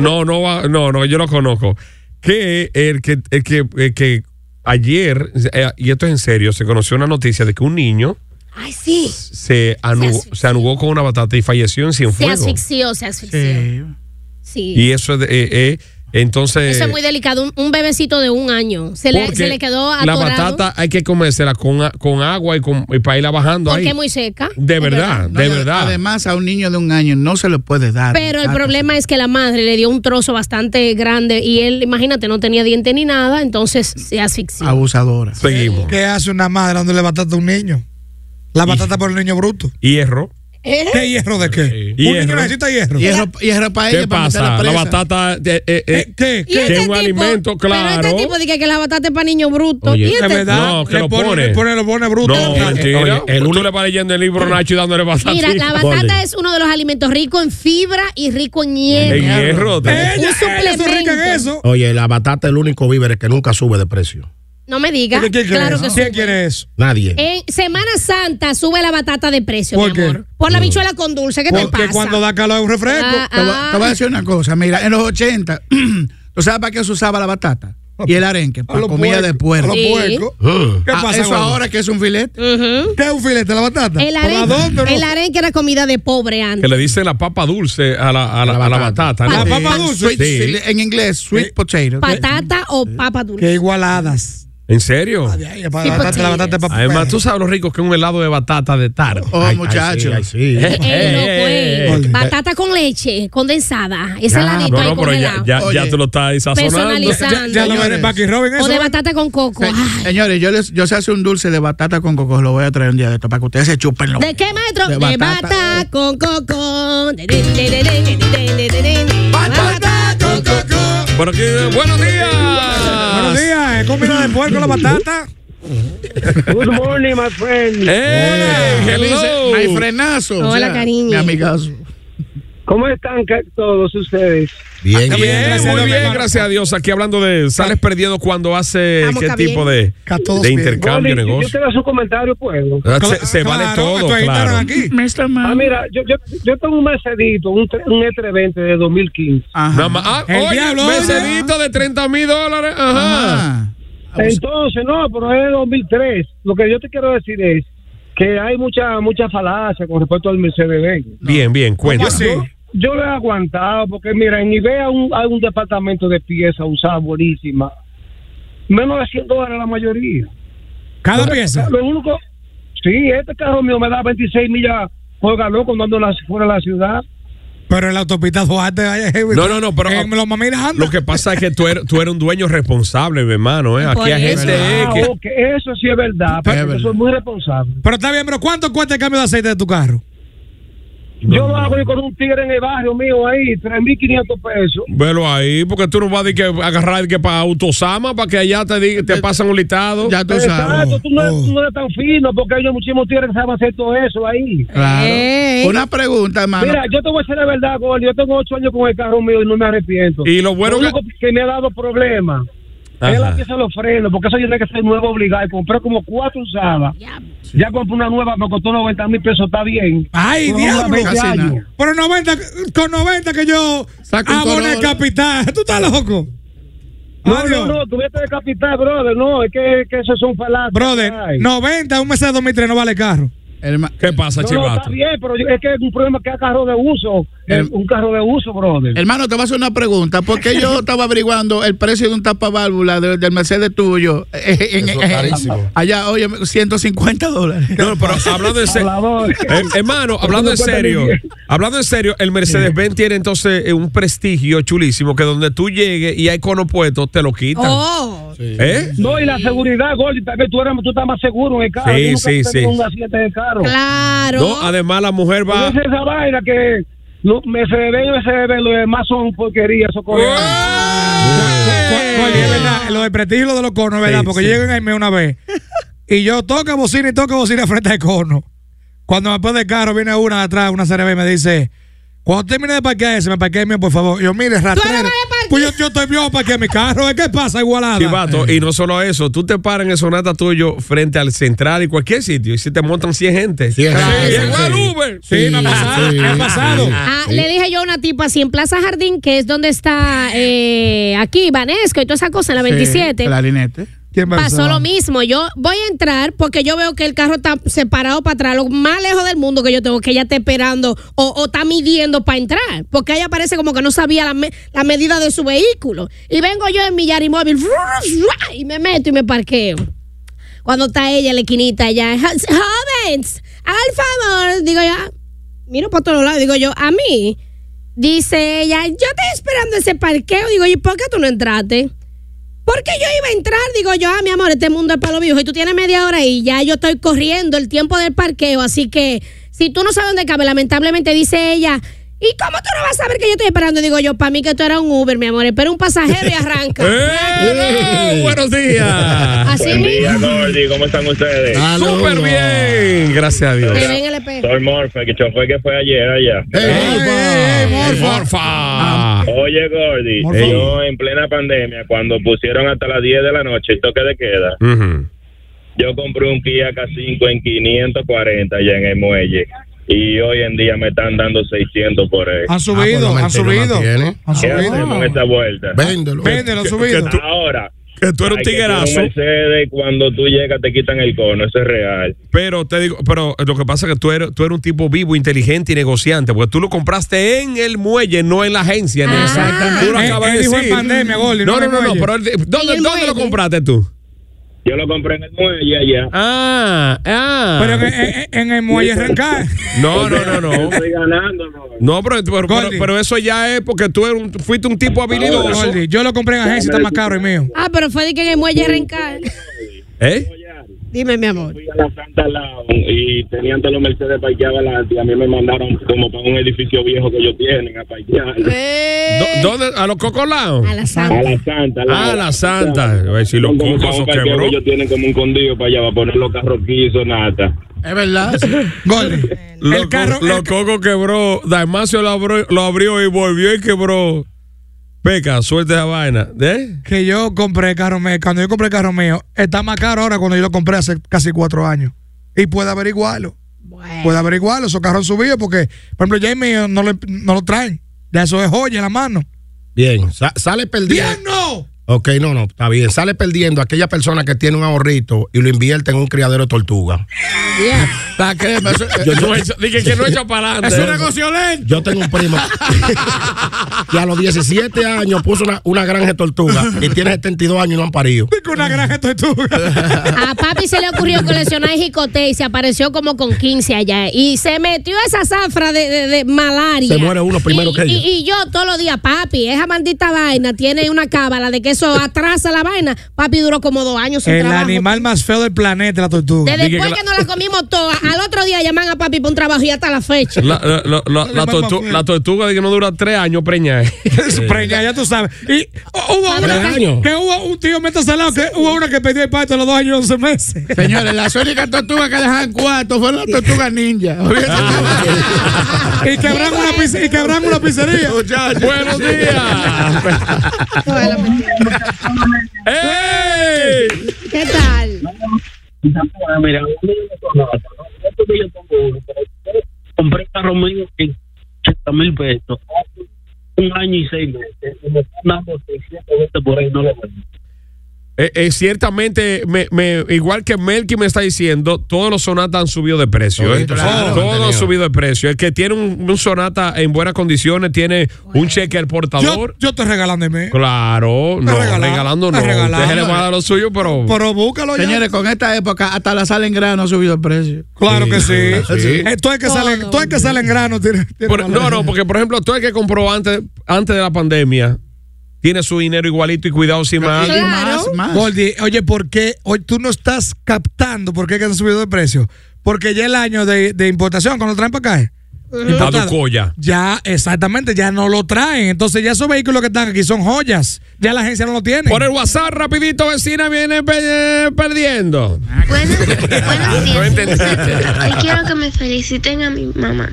S2: No, no, va- no, no, yo los conozco. que el que, el que, el que ayer, eh, y esto es en serio, se conoció una noticia de que un niño
S5: Ay, sí.
S2: se anugó, se anugó con una batata y falleció en
S5: Se
S2: Cienfuegos.
S5: asfixió, se asfixió. Sí.
S2: Y eso es de- eh, eh, entonces,
S5: Eso es muy delicado. Un, un bebecito de un año. Se le,
S2: porque
S5: se le quedó
S2: la
S5: atorado.
S2: batata hay que comérsela con, a- con agua y, con, y para irla bajando
S5: porque
S2: ahí.
S5: es muy seca.
S2: De
S5: Es
S4: Ah,
S2: verdad, de
S6: No, y
S2: verdad.
S6: Además, a un niño de un año no se lo puede dar.
S5: Pero el
S6: Ah,
S5: problema es que la madre le dio un trozo bastante grande y él, imagínate, no tenía diente ni nada, entonces se asfixió.
S6: Ah, Abusadora.
S2: Seguimos.
S4: ¿Qué hace una madre dándole batata a un niño? La batata por el niño bruto.
S2: Hierro.
S5: ¿Eh?
S4: ¿Qué hierro de qué? Un
S2: Hierro.
S4: niño necesita hierro.
S6: Hierro, hierro para
S2: ¿Qué
S6: ella. para meterla
S2: pasa? La
S6: presa.
S2: batata. eh, eh, eh,
S4: ¿Qué? ¿Qué?
S5: Y este
S2: Que es un
S5: tipo-
S2: alimento,
S5: Pero
S2: claro.
S5: este tipo dice que la batata es para niños brutos.
S2: Oye,
S5: y este-
S4: Es verdad.
S2: No, que
S4: le
S2: lo
S4: pone,
S2: pone.
S4: le pone- lo pone bruto.
S2: No,
S4: Oye,
S2: mentira.
S7: oye, el
S2: Tú le vas leyendo el libro Nacho y dándole batata.
S5: Mira, la batata es uno de los alimentos ricos en fibra y rico
S2: En
S5: en hierro.
S2: hierro.
S4: Ella,
S5: Un
S4: ella
S5: suplemento.
S4: es rica en eso.
S3: Oye, la batata es el único víver que nunca sube de precio.
S5: No me digas.
S4: ¿Quién quiere
S5: Claro
S4: eso?
S5: que sí. Eh.
S4: ¿Quién quiere eso?
S3: Nadie.
S5: En Semana Santa sube la batata de precio,
S4: ¿Por
S5: mi
S4: qué?
S5: amor. Por la bichuela con dulce, ¿qué te
S4: Porque
S5: pasa?
S4: cuando da calor es un refresco.
S5: Ah,
S6: Te voy,
S5: ah.
S6: te voy a decir una cosa. Mira, en los 80, ¿tú sabes para qué se usaba la batata? Y el arenque,
S4: A
S6: para
S4: los
S6: comida de
S4: puercos,
S6: puerco.
S4: a los
S5: Sí.
S4: puercos. ¿Qué
S6: Ah,
S4: pasa
S6: eso
S4: Gordo?
S6: ahora que es un filete.
S5: Ujú.
S4: ¿Qué es un filete? ¿La batata?
S5: El
S4: ¿Por la dónde,
S5: arenque,
S4: no?
S5: el arenque era comida de pobre
S2: Que
S5: antes.
S2: le dicen la papa dulce a la, a la, a la batata.
S4: La
S2: ¿no?
S4: papa dulce. Eh,
S6: Sweet-
S5: eh,
S6: En inglés, sweet potato.
S5: Patata o papa dulce.
S4: Que igualadas.
S2: ¿En serio?
S4: Ay, ay, la
S5: Sí,
S4: batata,
S5: porque-
S4: la batata es para
S2: Además, tú sabes lo rico que es un helado de batata de taro.
S6: Oh, muchacho.
S5: Eh, no,
S2: eh, Ah,
S5: güey.
S4: eh.
S5: Batata con leche condensada. Ese
S6: Ya,
S5: heladito
S2: No,
S5: ahí
S2: no, pero ya,
S5: congelado.
S2: ya, ya
S6: Oye.
S2: tú lo estás sazonando.
S5: Personalizado.
S4: Ya, ya lo
S6: Señores.
S4: veré, Bucky Robin, eso.
S5: O de
S4: ¿eh?
S5: batata con coco.
S6: Se-
S5: Ay.
S6: Señores, yo, les, yo sé hacer un dulce de batata con coco, lo voy a traer un día de esto para que ustedes se chupen lo
S5: ¿De qué, maestro?
S6: De
S5: De,
S6: batata.
S5: batata con coco. De- de- de- de- de- de- de- de- de- de- de-
S6: Batata con coco.
S2: Pero que- buenos días.
S4: Buenos días, ¿es comida de puerco la batata?
S7: Good morning, my friend.
S2: Hey,
S6: Él dice, "Ay,
S2: hello.
S6: frenazo.
S5: Hola, cariño.
S6: Mi amigazo.
S7: ¿Cómo están ca- todos ustedes?
S2: Bien, muy bien, gracias a Dios. Aquí hablando de sales perdiendo cuando hace
S5: Vamos,
S2: qué
S5: Javier.
S2: tipo de,
S4: Catorce.
S2: de
S7: Bonnie,
S2: intercambio,
S7: yo te
S2: negocio.
S7: voy a hacer un comentario, ¿puedo?
S2: Ah, Se,
S4: Cla-
S2: se vale
S4: claro,
S2: todo,
S4: te editaron
S2: claro.
S4: aquí.
S6: Mr.
S7: Ah,
S6: Man.
S7: mira, yo, yo, yo tengo un Mercedito, un, tre- un E320 de 2015.
S6: Ajá.
S2: Nada más. Ah,
S4: El
S2: oye,
S4: diablo, oye.
S2: Mercedito de 30 mil dólares. Ajá.
S6: Ajá.
S7: Entonces, no, pero es de 2003. Lo que yo te quiero decir es que hay mucha mucha falacia con respecto al Mercedes-Benz.
S2: Bien, bien, cuenta.
S4: ¿Cómo así?
S7: Yo lo he aguantado porque, mira, en eBay hay un, hay un departamento de piezas usadas buenísimas. Menos de 100 dólares la mayoría.
S4: Cada pieza.
S7: Lo único, sí, este carro mío me da 26 millas por galón cuando ando en la- fuera de la ciudad.
S4: Pero en la autopista Duarte, vaya,
S2: No, no, no, pero-
S4: eh, me lo mami anda.
S2: Lo que pasa es que tú eres, tú eres un dueño responsable, mi hermano. ¿eh? Aquí
S5: Por
S2: hay
S5: eso.
S2: gente eh,
S7: Ah,
S2: que.
S7: ok, eso sí es verdad,
S6: Es
S7: porque yo
S6: verdad.
S7: soy muy responsable.
S4: Pero está bien, pero ¿cuánto cuesta el cambio de aceite de tu carro?
S7: yo lo hago ahí con un tigre en el barrio mío ahí, 3.500 pesos.
S2: Velo ahí, porque tú no vas a que, agarrar de que para Autosama para que allá te, diga- te pasan un listado.
S6: Ya tú sabes. Oh.
S7: Exacto, tú no, eres, tú no eres tan fino porque hay muchísimos tigres que saben hacer todo eso ahí.
S6: Claro.
S5: Ey.
S6: Una pregunta, hermano.
S7: Mira, yo te voy a decir la verdad, Gordy. Yo tengo ocho años con el carro mío y no me arrepiento.
S2: Y lo bueno
S7: único que... me ha dado problema
S2: Ajá.
S7: es la pieza de los frenos, porque eso yo tenía que ser nuevo obligado. Y compré como cuatro usadas.
S5: Ya.
S7: Ya compré una nueva, me costó 90 mil pesos, está bien.
S4: ¡Ay,
S7: Pero
S4: diablo!
S7: una vez
S6: Casi
S7: año.
S6: nada.
S4: Pero 90, con 90 que yo
S6: Saca un
S4: aboné
S6: Corolla.
S4: capital. Ah, ¿Tú estás loco?
S7: No,
S4: Adiós.
S7: no, no, tuviste de capital, brother. No, es que, es que eso son palabras.
S4: Brother, 90, un mes de 2003 no vale carro.
S6: Herma-
S2: ¿Qué pasa,
S7: No, no,
S2: chivato?
S7: está bien, pero yo- es que es un problema que es carro de uso.
S6: El-
S7: eh, un carro de uso, brother.
S6: Em- Hermano, te voy a hacer una pregunta. Porque yo estaba averiguando el precio de un tapabálvula del, del Mercedes tuyo? eh, en- eh, allá, oye, 150 dólares.
S2: No, pero hablando en serio.
S7: Hablador.
S2: Eh, hermano, hablando en serio, hablando en serio, el Mercedes-Benz tiene entonces eh, un prestigio chulísimo que donde tú llegues y hay conopuesto, te lo quitan.
S5: Oh.
S2: ¿Eh?
S7: No, y la seguridad, Gordy, también tú, eres, tú estás más seguro en el carro.
S2: Sí,
S7: Yo nunca
S2: sí,
S7: he tenido
S2: sí.
S7: un accidente de carro.
S5: Claro.
S2: No, además la mujer
S7: Yo
S2: va.
S7: sé esa vaina que lo, me se ve, yo se ve, lo demás son porquerías, eso
S4: Oye, oye, es verdad, lo de prestigio y lo de los conos, es ¿verdad?
S2: Sí,
S4: Porque
S2: sí.
S4: llegan a mí una vez y yo toco bocina y toco bocina frente al cono. Cuando me pone del carro, viene una de atrás, una CRB, y me dice: Cuando termine de parquear ese, me parquea el mío, por favor. Y yo, mire,
S5: Tú eres
S4: rastrero.
S5: más de
S4: Pues yo, yo estoy viejo para que mi carro. ¿eh? ¿Qué pasa, igualada?
S2: Chivato, y no solo eso, tú te paras en el sonata tuyo frente al central y cualquier sitio y si te montan 100 gente.
S3: Sí,
S2: Claro,
S3: sí,
S2: llegó
S3: sí.
S2: el Uber.
S4: Sí, me ha pasado,
S3: sí,
S4: me ha pasado.
S3: sí.
S5: Ah, Le dije yo a una tipa así en Plaza Jardín, que es donde está eh, aquí, Vanesco y toda esa cosa, en la 27.
S6: Clarinete.
S4: ¿Quién me
S5: Pasó
S4: avisó?
S5: lo mismo. Yo voy a entrar porque yo veo que el carro está separado para atrás, lo más lejos del mundo que yo tengo, que ella está esperando o, o está midiendo para entrar. Porque ella parece como que no sabía la, me- la medida de su vehículo. Y vengo yo en mi Yarimóvil y me meto y me parqueo. Cuando está ella en la esquinita, allá, jóvenes, al favor, digo yo, "Ah". miro por todos lados, digo yo, a mí, dice ella, yo estoy esperando ese parqueo, digo, ¿y por qué tú no entraste? Porque yo iba a entrar, digo yo, ah, mi amor, este mundo es para los viejos y tú tienes media hora y ya yo estoy corriendo el tiempo del parqueo, así que si tú no sabes dónde cabe, lamentablemente dice ella, ¿y cómo tú no vas a saber que yo estoy esperando? Digo yo, para mí que tú eras un Uber, mi amor, espera un pasajero y arranca.
S2: ¡Eh! ¡Buenos días!
S5: así
S7: Buen día,
S5: mismo,
S7: Gordy. ¿Cómo están ustedes?
S2: ¡Súper bien! Gracias a Dios.
S5: te ven el E espejo.
S7: Soy Morfe, que chofer que fue ayer allá.
S2: ¡Ey, Ah. Morfa!
S7: Oye, Gordy,
S4: Morfa.
S7: yo en plena pandemia, cuando pusieron hasta las 10 de la noche el toque de queda,
S2: Ujú.
S7: yo compré un Kia K5 en 540 allá en el muelle. Y hoy en día me están dando 600 por él.
S4: Han
S3: Ah,
S4: subido,
S3: pues,
S4: han
S3: mentira,
S4: subido.
S3: no tiene.
S4: Han
S7: ¿Qué hacemos en
S4: subido.
S7: esta vuelta?
S3: Véndelo.
S4: Véndelo, han
S2: que
S4: subido.
S2: tú-
S7: Ahora,
S2: Que tú eres un
S7: hay que tener
S2: tiguerazo.
S7: un Mercedes, cuando tú llegas te quitan el cono, eso es real.
S2: Pero te digo, pero lo que pasa es que tú eres, tú eres un tipo vivo, inteligente y negociante, porque tú lo compraste en el muelle, no en la agencia. ¿no?
S5: Ah.
S4: Exactamente.
S2: Tú lo acabas
S4: eh, Él-
S2: de
S4: él dijo en
S2: decir.
S4: pandemia, Goli,
S2: No,
S4: no
S2: no,
S4: en
S2: no,
S4: el
S2: no,
S4: muelle.
S2: pero él- ¿dónde,
S5: En el
S2: ¿dónde lo
S5: muelle.
S2: compraste tú?
S7: Yo lo compré en el muelle allá.
S2: Ah, ah.
S4: Pero eh, en, en- en el muelle arrancar.
S2: no, no, no,
S7: Yo
S2: no.
S7: Estoy ganando, no.
S2: No, pero, pero- pero-
S4: Gordy.
S2: pero eso ya es porque tú eres un- fuiste un tipo habilidoso.
S4: Gordy, yo lo compré en agencia, está más caro el mío.
S5: Ah, pero fue de que en el muelle arrancar.
S2: ¿Eh?
S5: Dime, mi amor.
S7: fui a la Santa Lao y tenían todos los Mercedes parqueados adelante y a mí me mandaron como para un edificio viejo que ellos tienen a parquear.
S2: ¿Dó- ¿Dónde? ¿A los cocolados?
S5: A la
S7: A
S5: santa.
S7: la Santa.
S2: Ah, la Santa. A ver si los
S7: Como
S2: cocos
S7: para un
S2: se
S7: parqueo
S2: quebró.
S7: que ellos tienen como un condillo para allá, para poner los carros guisos, nada.
S6: Es verdad.
S4: Gordy, el carro. el
S2: los
S4: ca-
S2: cocos quebró. Damasio lo abrió, lo abrió y volvió y quebró. Peca, suelta esa vaina. ¿Eh?
S4: que yo compré el carro mío, cuando yo compré el carro mío, está más caro ahora cuando yo lo compré hace casi cuatro años. Y puede averiguarlo. Puede averiguarlo, esos carros han subido porque, por ejemplo, ya el mío no lo, no lo traen. Ya eso es joya en la mano.
S3: Bien, sa- sale perdido.
S4: ¡Bien, no!
S3: Ok, no, no, está bien. Sale perdiendo aquella persona que tiene un ahorrito y lo invierte en un criadero de tortuga.
S6: La
S4: Eh,
S6: crema. eso-
S3: Yo, yo-
S2: Dije que no echa para adelante.
S4: negocio lento.
S3: yo tengo un primo que a los 17 años puso una, una granja de tortuga y tiene 72 años y no han parido.
S4: Con una granja de tortuga.
S5: A papi se le ocurrió coleccionar jicote y se apareció como con 15 allá. Y se metió esa zafra de, de- de malaria.
S3: Se muere uno primero
S5: Y-
S3: que
S5: y-
S3: ella.
S5: Y, yo todos los días, papi, esa maldita vaina tiene una cábala de que eso atrasa la vaina. Papi duró como dos años sin
S4: el
S5: trabajo.
S4: animal más feo del planeta, la tortuga.
S5: Desde
S2: Dije
S5: después
S2: que
S5: que, no la comimos toda, al otro día llaman a papi para un trabajo y hasta la fecha.
S2: La, la- la- la- la tortu- la tortuga de que no dura tres años eh. preñada.
S4: Es preña, ya tú sabes. Y hubo una que,
S3: años.
S4: que hubo un tío meta salado que hubo una que perdió el parto a los dos años y once meses.
S6: Señores, las únicas tortugas que dejan cuarto fueron las tortugas ninja.
S4: y quebran una pizzería. Y quebran una pizzería.
S2: Buenos días. ¡Ey!
S5: ¿Qué tal?
S7: Mira, compré carro mío en 80 mil pesos. Un año y seis meses. Y me están dando 600 veces por ahí, no lo veo.
S2: Eh, eh, ciertamente, me, me- igual que Melky me está diciendo, todos los sonatas han subido de precio. ¿eh?
S3: Todito, claro,
S2: todos han
S3: mantenido.
S2: subido de precio. El que tiene un, un sonata en buenas condiciones tiene un cheque al
S4: Yo,
S2: portador.
S4: yo estoy regalando el mío.
S2: claro, no,
S4: regalando,
S2: regalando, no.
S4: está regalando.
S2: Usted le va a dar lo suyo, pero.
S4: Pero búscalo ya.
S6: Señores, con esta época hasta la sal en grano ha subido el precio.
S4: Claro que sí.
S2: Sí.
S4: Eh, Todo el que sale, todo el que sale en grano tiene, tiene
S2: por-
S4: valor.
S2: no, no, porque por ejemplo, todo el que compró antes, antes de la pandemia tiene su dinero igualito y cuidado sin
S4: Ah,
S2: más.
S6: Y más, más.
S4: Gordy, oye, ¿por qué hoy tú no estás captando por qué que han subido de precio? Porque ya el año de, de importación, cuando lo traen para acá, importado,
S2: Caducó ya.
S4: ya exactamente, ya no lo traen. Entonces ya esos vehículos que están aquí son joyas. Ya la agencia no lo tiene.
S2: Por el WhatsApp, rapidito, vecina, viene pe- eh, perdiendo.
S9: Bueno, buenos días.
S2: No entendiste.
S9: Hoy quiero que me feliciten a mi mamá.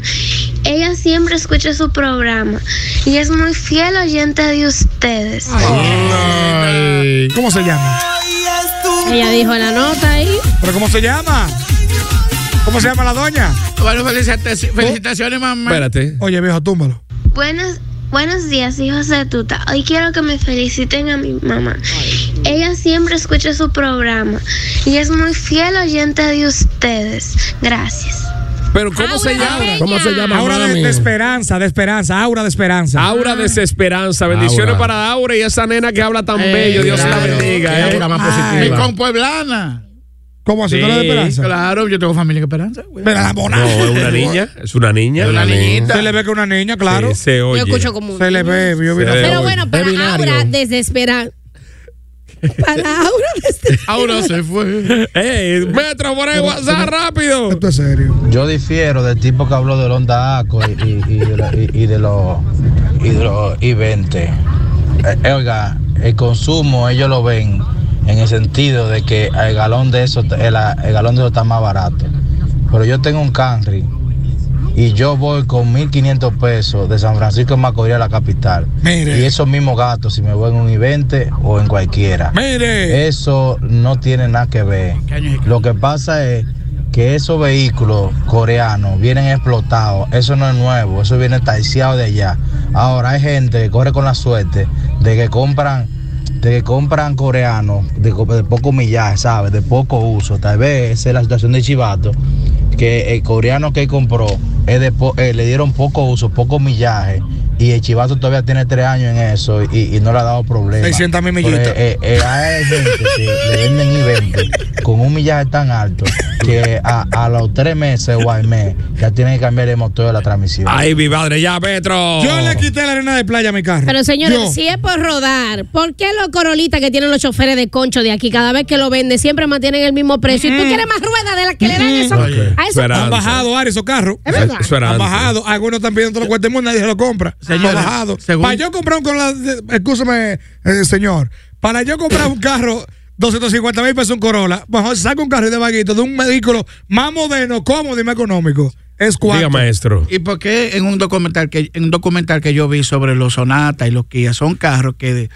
S9: Ella siempre escucha su programa y es muy fiel oyente de ustedes.
S4: Ay, ¿Cómo se llama?
S5: Ella dijo la nota ahí.
S4: ¿Pero cómo se llama? ¿Cómo se llama la doña? Oh.
S6: Bueno, felicitaciones, felicitaciones, mamá.
S2: Espérate.
S4: Oye, viejo, túmbalo.
S9: Buenos, buenos días, hijos de tuta. Hoy quiero que me feliciten a mi mamá. Ella siempre escucha su programa y es muy fiel oyente de ustedes. Gracias.
S2: Pero ¿cómo se llama?
S3: ¿Cómo se llama?
S4: Aura de,
S3: mami?
S4: de esperanza, de esperanza, aura de esperanza.
S2: Aura Desesperanza. Bendiciones
S3: Aura.
S2: para Aura y esa nena que habla tan
S6: Eh,
S2: bello. Dios la
S6: claro,
S2: bendiga.
S3: qué
S2: eh.
S3: aura más
S6: Y
S3: positiva.
S6: con Pueblana.
S4: ¿Cómo así?
S2: Sí,
S4: ¿Tú eres de esperanza?
S6: Claro, yo tengo familia que esperanza. güey.
S4: Mira, la mona.
S2: No, es una niña. Es una niña.
S6: Una niñita.
S4: Se le ve que es una niña, claro.
S2: Sí, se oye.
S5: Yo escucho como un-
S4: Se le ve, yo vi
S2: Se
S4: la
S2: le ve.
S4: foto.
S5: Pero bueno, para
S3: Es binario.
S5: Aura desesperar. Para Aura desesperar.
S6: Ahora se fue.
S2: Ey, metro por el WhatsApp rápido.
S4: Esto es serio.
S10: Yo difiero del tipo que habló del Honda Aco y, y- y de la- y- y de los y de los I-20. Eh, eh, oiga, el consumo ellos lo ven en el sentido de que el galón de eso, el, el galón de eso está más barato. Pero yo tengo un Camry y yo voy con 1.500 pesos de San Francisco de Macorís a la capital.
S4: Mire.
S10: Y esos mismos gastos, si me voy en un I-20 o en cualquiera.
S4: Mire.
S10: Eso no tiene nada que ver. Lo que pasa es que esos vehículos coreanos vienen explotados. Eso no es nuevo, eso viene taiciado de allá. Ahora hay gente que corre con la suerte de que compran de que compran coreanos de, co- de poco millaje, ¿sabes? De poco uso. Tal vez esa es la situación de Chivato, que el coreano que compró es de po- eh, le dieron poco uso, poco millaje. Y el Chivato todavía tiene tres años en eso y, y no le ha dado problema.
S4: 600.000
S10: Pero,
S4: millitas.
S10: eh, eh, eh, hay gente que le venden y venden con un millaje tan alto que a, a los tres meses o al mes ya tienen que cambiar el motor de la transmisión.
S2: Ay, mi madre, ya, Metro.
S4: Yo le quité la arena de playa a mi carro.
S5: Pero señores,
S4: Yo.
S5: si es por rodar, ¿por qué los corolitas que tienen los choferes de concho de aquí, cada vez que lo venden, siempre mantienen el mismo precio?
S4: Mm-hmm.
S5: ¿Y tú quieres más ruedas de las que le dan eso, a esos
S2: Espera.
S4: Han bajado, Ari, esos carros.
S5: Es verdad.
S2: Eso era
S4: Han
S2: antes.
S4: bajado. Algunos están pidiendo todos los cuartos del mundo, nadie se lo compra.
S6: Señores,
S4: Han bajado.
S6: según-
S4: Para yo comprar un Corolla, eh, escúchame, eh, señor. Para yo comprar un carro, 250 mil pesos un Corolla, mejor saco un carro de vaguito de un vehículo más moderno, cómodo y más económico. Es cuánto.
S2: Diga, maestro.
S6: ¿Y por qué en un documental que en un documental que yo vi sobre los Sonata y los Kia son carros que de-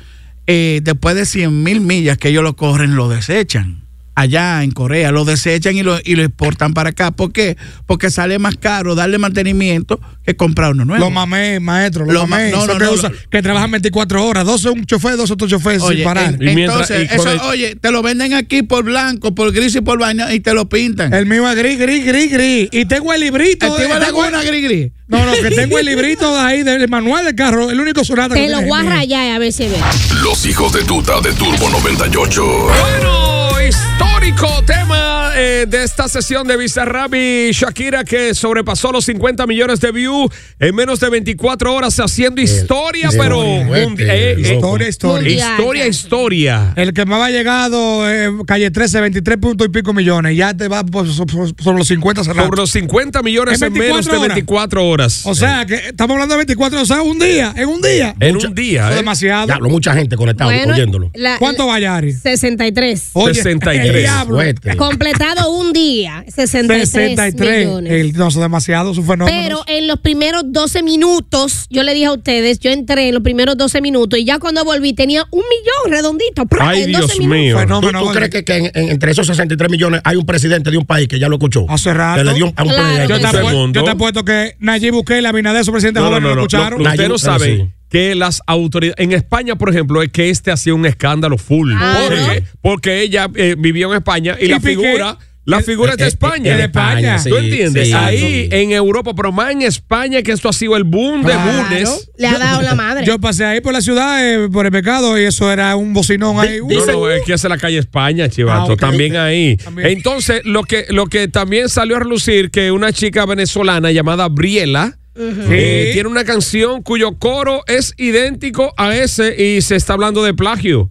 S6: eh, después de 100 mil millas que ellos lo corren lo desechan allá en Corea lo desechan y lo y lo exportan para acá ¿por qué? Porque sale más caro darle mantenimiento que comprar uno nuevo.
S4: Lo mamé, maestro, lo,
S6: Lo ma-
S4: mamé.
S6: no,
S4: Eso
S6: no,
S4: que,
S6: no,
S4: usa-
S6: lo-
S4: que trabajan 24 horas, 12 un chofer, 12 otro chofer sin
S6: Oye,
S4: parar.
S6: en-
S2: Y mientras-
S6: entonces,
S2: y con
S6: eso,
S2: el-
S6: oye, te lo venden aquí por blanco, por gris y por vaina y te lo pintan.
S4: El mío es gris, gris, gris, gris. Y tengo el librito.
S6: El tío
S4: eh,
S6: de
S4: tengo el-
S6: Laguna, gris, gris.
S4: No, no, que tengo el librito de ahí del manual del carro, el único sonata que
S5: Te lo
S4: tiene
S5: voy a
S4: es mío.
S5: rayar a ver si ve.
S1: Los hijos de tuta de Turbo 98.
S2: Bueno, histórico tema eh, de esta sesión de Bizarrap y Shakira que sobrepasó los 50 millones de views en menos de 24 horas haciendo historia, pero mundi- eh, eh,
S4: Historia, historia.
S2: historia, historia.
S4: El que más ha llegado, eh, calle 13, 23 puntos y pico millones. Ya te va por- so- so- sobre los 50 cerrados.
S2: Sobre los 50 millones
S4: En
S2: en, menos
S4: 24
S2: de
S4: horas.
S2: 24 horas.
S4: O sea, que estamos hablando de 24, o sea, un día, en un día.
S2: en un día.
S4: Eso
S2: eh.
S4: es demasiado.
S3: Diablo, mucha gente conectada oyéndolo.
S5: la-
S4: ¿Cuánto vaya, Ari?
S5: 63.
S4: Oye,
S2: 63.
S4: El diablo.
S3: Fuerte.
S5: Completado un día, 63,
S4: 63.
S5: millones.
S4: El, eh, no, eso es demasiado, es un fenómeno.
S5: Pero en los primeros 12 minutos, yo le dije a ustedes, yo entré en los primeros 12 minutos y ya cuando volví tenía un millón redondito. ¡prá!
S2: Ay,
S5: en
S2: Dios
S5: minutos.
S2: mío.
S3: ¿Tú,
S4: fenómeno.
S3: tú crees que, que en- en- entre esos 63 millones hay un presidente de un país que ya lo escuchó?
S4: Hace rato.
S3: Que le dio un- a un
S5: Claro.
S3: presidente.
S4: yo, te
S2: Un
S4: apuesto,
S2: segundo.
S4: yo te apuesto que Nayib Bukele, Abinader, su presidente
S2: No, no,
S4: joven,
S2: no,
S4: no,
S2: no,
S4: lo
S2: no.
S4: escucharon.
S2: Lo- Ustedes no
S3: Claro,
S2: saben
S3: sí.
S2: que las autoridades en España, por ejemplo, es que este hacía un escándalo full.
S5: Claro.
S2: ¿Por qué? Porque ella eh, vivió en España y,
S4: Y
S2: la
S4: Piqué-
S2: figura, la figura es de
S3: eh,
S2: España.
S3: eh, de España,
S2: ¿Tú
S3: sí,
S2: entiendes?
S3: sí,
S2: Ahí
S3: claro.
S2: en Europa, pero más en España que esto ha sido el boom de
S5: Claro,
S2: lunes.
S5: le ha dado la madre.
S4: Yo pasé ahí por la ciudad, eh, por el mercado, y eso era un bocinón ahí. Uh,
S2: No, no, es que es la calle España, chivato.
S4: Ah, ok,
S2: también
S4: ok.
S2: ahí.
S4: También.
S2: Entonces, lo que, lo que también salió a relucir que una chica venezolana llamada Briela eh,
S4: Sí.
S2: tiene una canción cuyo coro es idéntico a ese y se está hablando de plagio.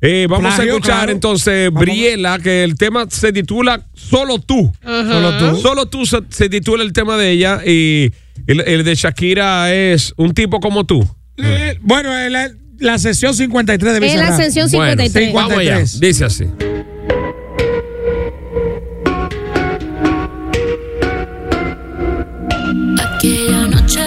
S2: Eh, vamos
S4: Plagio,
S2: a escuchar
S4: claro.
S2: entonces
S4: Vamos.
S2: Briela, que el tema se titula Solo tú.
S4: Solo tú.
S2: Solo tú se, se titula el tema de ella y el, el de Shakira es Un tipo como tú.
S4: Eh, Bueno, eh, la, la sesión 53 de
S5: en
S4: Bizarrap.
S5: la ascensión
S2: Bueno,
S5: 53.
S2: Vamos allá,
S4: 53.
S2: dice así.
S9: Aquella noche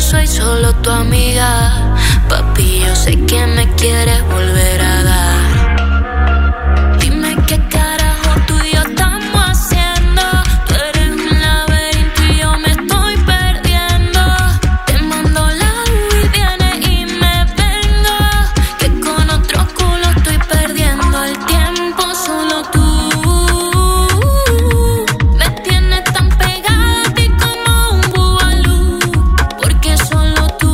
S11: soy solo tu amiga. Papi, yo sé que me quieres volver a dar. Dime qué carajo tú y yo estamos haciendo. Tú eres un laberinto y yo me estoy perdiendo. Te mando la luz y vienes y me vengo. Que con otro culo estoy perdiendo el tiempo. Solo tú me tienes tan pegada a ti como un bubalú. Porque solo tú.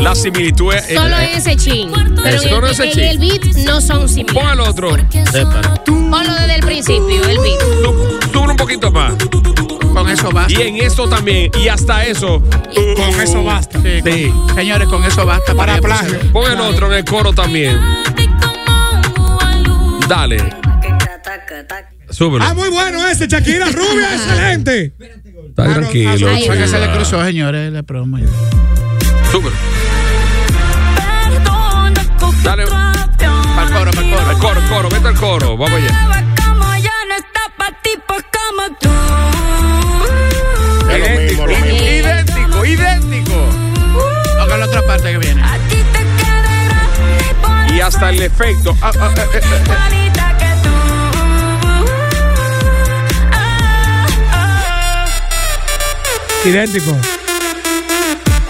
S2: La similitud es.
S5: Solo
S2: es-
S5: ese chin. Pero en
S2: Solo
S5: el,
S2: ese
S5: en
S2: chin.
S5: el beat no son similares.
S2: Pon al otro.
S5: Ponlo desde el principio, el beat.
S2: Sube un poquito más.
S6: Con eso basta.
S2: Y en eso también. Y hasta eso.
S6: Con eso basta.
S2: Sí.
S6: Señores, con eso basta para, plagio.
S2: Pon el otro en el coro también. Dale. Súbelo.
S4: Ah, muy bueno ese, Shakira Rubia, excelente.
S2: Está tranquilo.
S6: Fue que se le
S2: chula.
S6: cruzó, señores, la promo.
S2: Súbelo. Dale. Al coro, al coro. Al coro, coro. Vete al coro. Vamos allá.
S11: Como yo no está pa' tipos como tú.
S2: Idéntico. Idéntico, idéntico.
S6: Toca la otra parte que viene.
S2: Y hasta el efecto. Ah, ah, eh, eh, eh.
S11: Bonita que tú.
S4: Idéntico.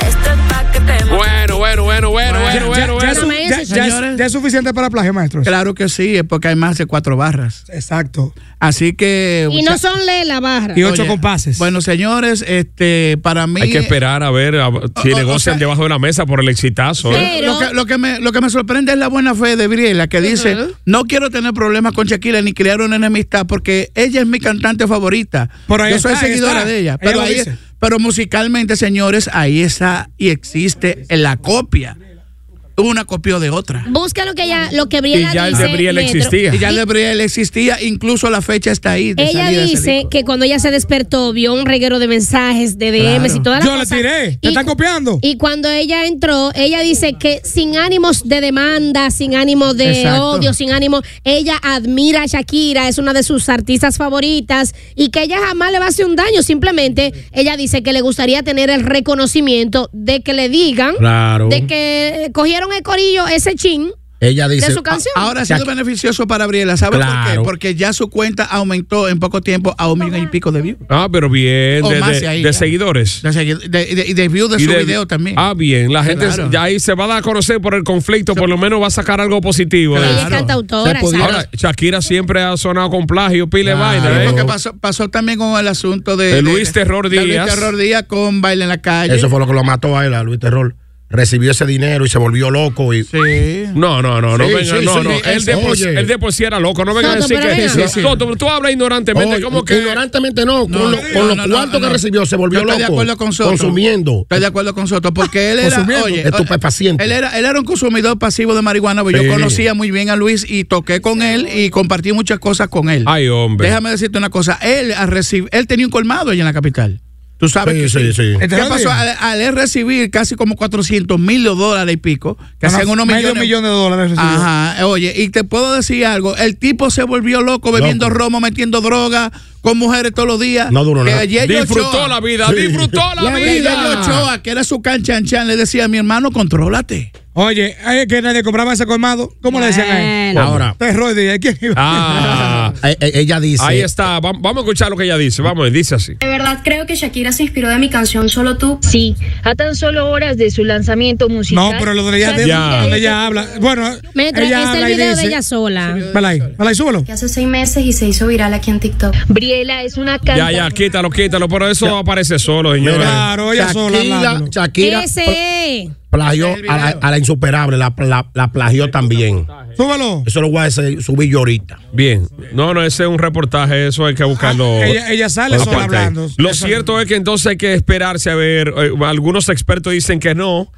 S11: Esto es pa' que te
S2: Bueno, bueno, bueno, bueno,
S6: Ya-
S2: bueno,
S6: ya-
S2: bueno.
S4: Ya,
S2: bueno.
S4: es su-
S6: Dame
S4: ya-
S6: eso,
S4: ya es-
S6: señores.
S4: ya es suficiente para plagio, maestro.
S6: Claro que sí, es porque hay más de cuatro barras.
S4: Exacto.
S6: Así que.
S5: Y no son le la barra.
S4: Y ocho
S6: Oye,
S4: compases.
S6: Bueno, señores, este, para mí.
S2: Hay que esperar a ver a- si
S6: o- o
S2: negocian
S6: sea-
S2: debajo de la mesa por el exitazo. ¿eh?
S5: Pero
S6: Lo que, lo que me, lo que me sorprende es la buena fe de Briela, que dice, no quiero tener problemas con Shakira ni crear una enemistad porque ella es mi cantante favorita.
S4: Por ahí
S6: Yo soy
S4: está, ahí
S6: seguidora
S4: está.
S6: de ella.
S4: Ella
S6: Pero,
S4: lo
S6: ahí-
S4: dice.
S6: pero musicalmente, señores, ahí está y existe en la copia. Una copió de otra.
S5: busca lo que ella, lo que
S2: Y
S5: Briela
S2: ya el
S5: dice.
S2: de Briel
S5: Metro.
S2: existía.
S6: Y ya de Briela existía, incluso la fecha está ahí. de
S5: Ella
S6: salida de ese
S5: dice
S6: disco.
S5: que cuando ella se despertó vio un reguero de mensajes, de DMs y todas las
S4: Yo le tiré. ¿Te
S5: Y-
S4: están copiando?
S5: Y cuando ella entró, ella dice que sin ánimos de demanda, sin ánimo de
S6: Exacto.
S5: odio, sin ánimo, ella admira a Shakira, es una de sus artistas favoritas y que ella jamás le va a hacer un daño, simplemente ella dice que le gustaría tener el reconocimiento de que le digan
S3: Claro.
S5: de que cogieron el corillo, ese chin
S3: Ella dice.
S5: de su canción.
S6: Ah, Ahora ha sido
S3: Shakira-
S6: beneficioso para Briela, ¿sabes por
S3: Claro.
S6: qué? Porque ya su cuenta aumentó en poco tiempo a un millón y pico de views.
S2: Ah, pero bien,
S6: O
S2: de,
S6: más
S2: de-
S6: y ahí,
S2: de
S6: ya.
S2: seguidores.
S6: De, segui- de, de- y de views de
S2: Y
S6: su
S2: de-
S6: video también.
S2: Ah, bien, la gente
S6: Claro.
S2: ya ahí se va a dar a conocer por el conflicto, por lo menos va a sacar algo positivo. de
S5: Ella es
S6: Claro.
S5: cantautora,
S3: Se pudiera-
S2: Ahora,
S5: exacto.
S2: Shakira siempre ha sonado con plagio, pile
S3: Claro.
S2: vaina.
S6: Sí,
S2: ¿eh?
S6: porque pasó, pasó también con el asunto de,
S2: De Luis Terror
S6: de Luis
S2: Díaz.
S6: Terror Díaz con Baile en la calle.
S3: Eso fue lo que lo mató a él, a Luis Terror. Recibió ese dinero y se volvió loco. Y,
S6: Sí.
S2: No, no, no, no
S3: Sí,
S2: venga,
S3: sí,
S2: no,
S3: sí,
S2: no.
S3: sí,
S2: él, de por,
S3: oye.
S2: él de por sí era loco, no venga a
S5: Soto,
S2: decir
S5: pero
S2: que.
S5: venga.
S2: Sí, sí. Soto, tú hablas ignorantemente,
S3: Oye,
S2: como que.
S3: Ignorantemente no.
S6: No,
S3: con
S6: no,
S3: lo- con los
S6: no, no,
S3: cuartos
S6: no.
S3: que recibió se volvió
S6: Yo
S3: loco.
S6: estoy de acuerdo con Soto.
S3: Consumiendo.
S6: Estoy de acuerdo con Soto, porque él era,
S3: Consumiendo.
S6: oye,
S3: Estupefaciente.
S6: Él era, él era un consumidor pasivo de marihuana, pero
S3: Sí.
S6: yo conocía muy bien a Luis y toqué con él y compartí muchas cosas con él.
S2: Ay, hombre.
S6: Déjame decirte una cosa, él a reci- él tenía un colmado allá en la capital. Tú sabes
S3: Sí,
S6: que
S3: sí, sí.
S6: ¿Qué
S4: Entonces,
S6: pasó? Al, al él recibir casi como 400 mil dólares y pico, que hacen unos
S4: medio
S6: millones.
S4: millón de dólares. recibió.
S6: Ajá, oye, y te puedo decir algo, el tipo se volvió loco bebiendo romo, metiendo droga, con mujeres todos los días.
S3: No duró
S6: Que
S3: nada.
S6: ayer yo
S2: Disfrutó
S6: Ochoa-
S2: la vida,
S3: Sí.
S2: disfrutó la
S6: La vida de
S2: vida.
S6: Ochoa, que era su canchanchan, le decía, mi hermano, contrólate.
S4: Oye, ay, que nadie compraba ese colmado. ¿Cómo le decían a él?
S5: Bueno.
S3: Ahora,
S4: Terror Díaz. ¿Quién iba?
S2: Ah.
S3: eh, eh, ella dice.
S2: Ahí está, vam- vamos a escuchar lo que ella dice, vamos, dice así.
S11: De verdad, creo que Shakira se inspiró de mi canción Solo tú.
S12: Sí, a tan solo horas de su lanzamiento musical.
S4: No, pero lo de ella, de-
S2: Ya.
S4: donde ella habla. Bueno,
S5: Metro,
S4: ella
S5: este es
S4: habla
S5: el
S4: y
S5: video de
S4: dice-
S5: ella sola.
S4: Vale ahí, vale ahí, súbelo.
S11: Que hace seis meses y se hizo viral aquí en TikTok.
S12: Briela es una
S2: Ya,
S12: cantante.
S2: ya, quítalo, quítalo, pero eso aparece solo, señores.
S4: Claro, ella sola
S3: Shakira,
S4: hablándolo.
S3: Shakira
S5: Ese es.
S3: plagió a la, a la insuperable, la, la- la plagió también.
S4: Súbelo.
S3: Eso lo voy a decir- subir yo ahorita.
S2: Bien. No, no, ese es un reportaje, eso hay que buscarlo.
S4: Ah, Ella, ella sale
S2: Bueno,
S4: sola
S2: aparte.
S4: hablando.
S2: Lo
S4: Eso-
S2: cierto es que entonces hay que esperarse a ver. eh, algunos expertos dicen que no,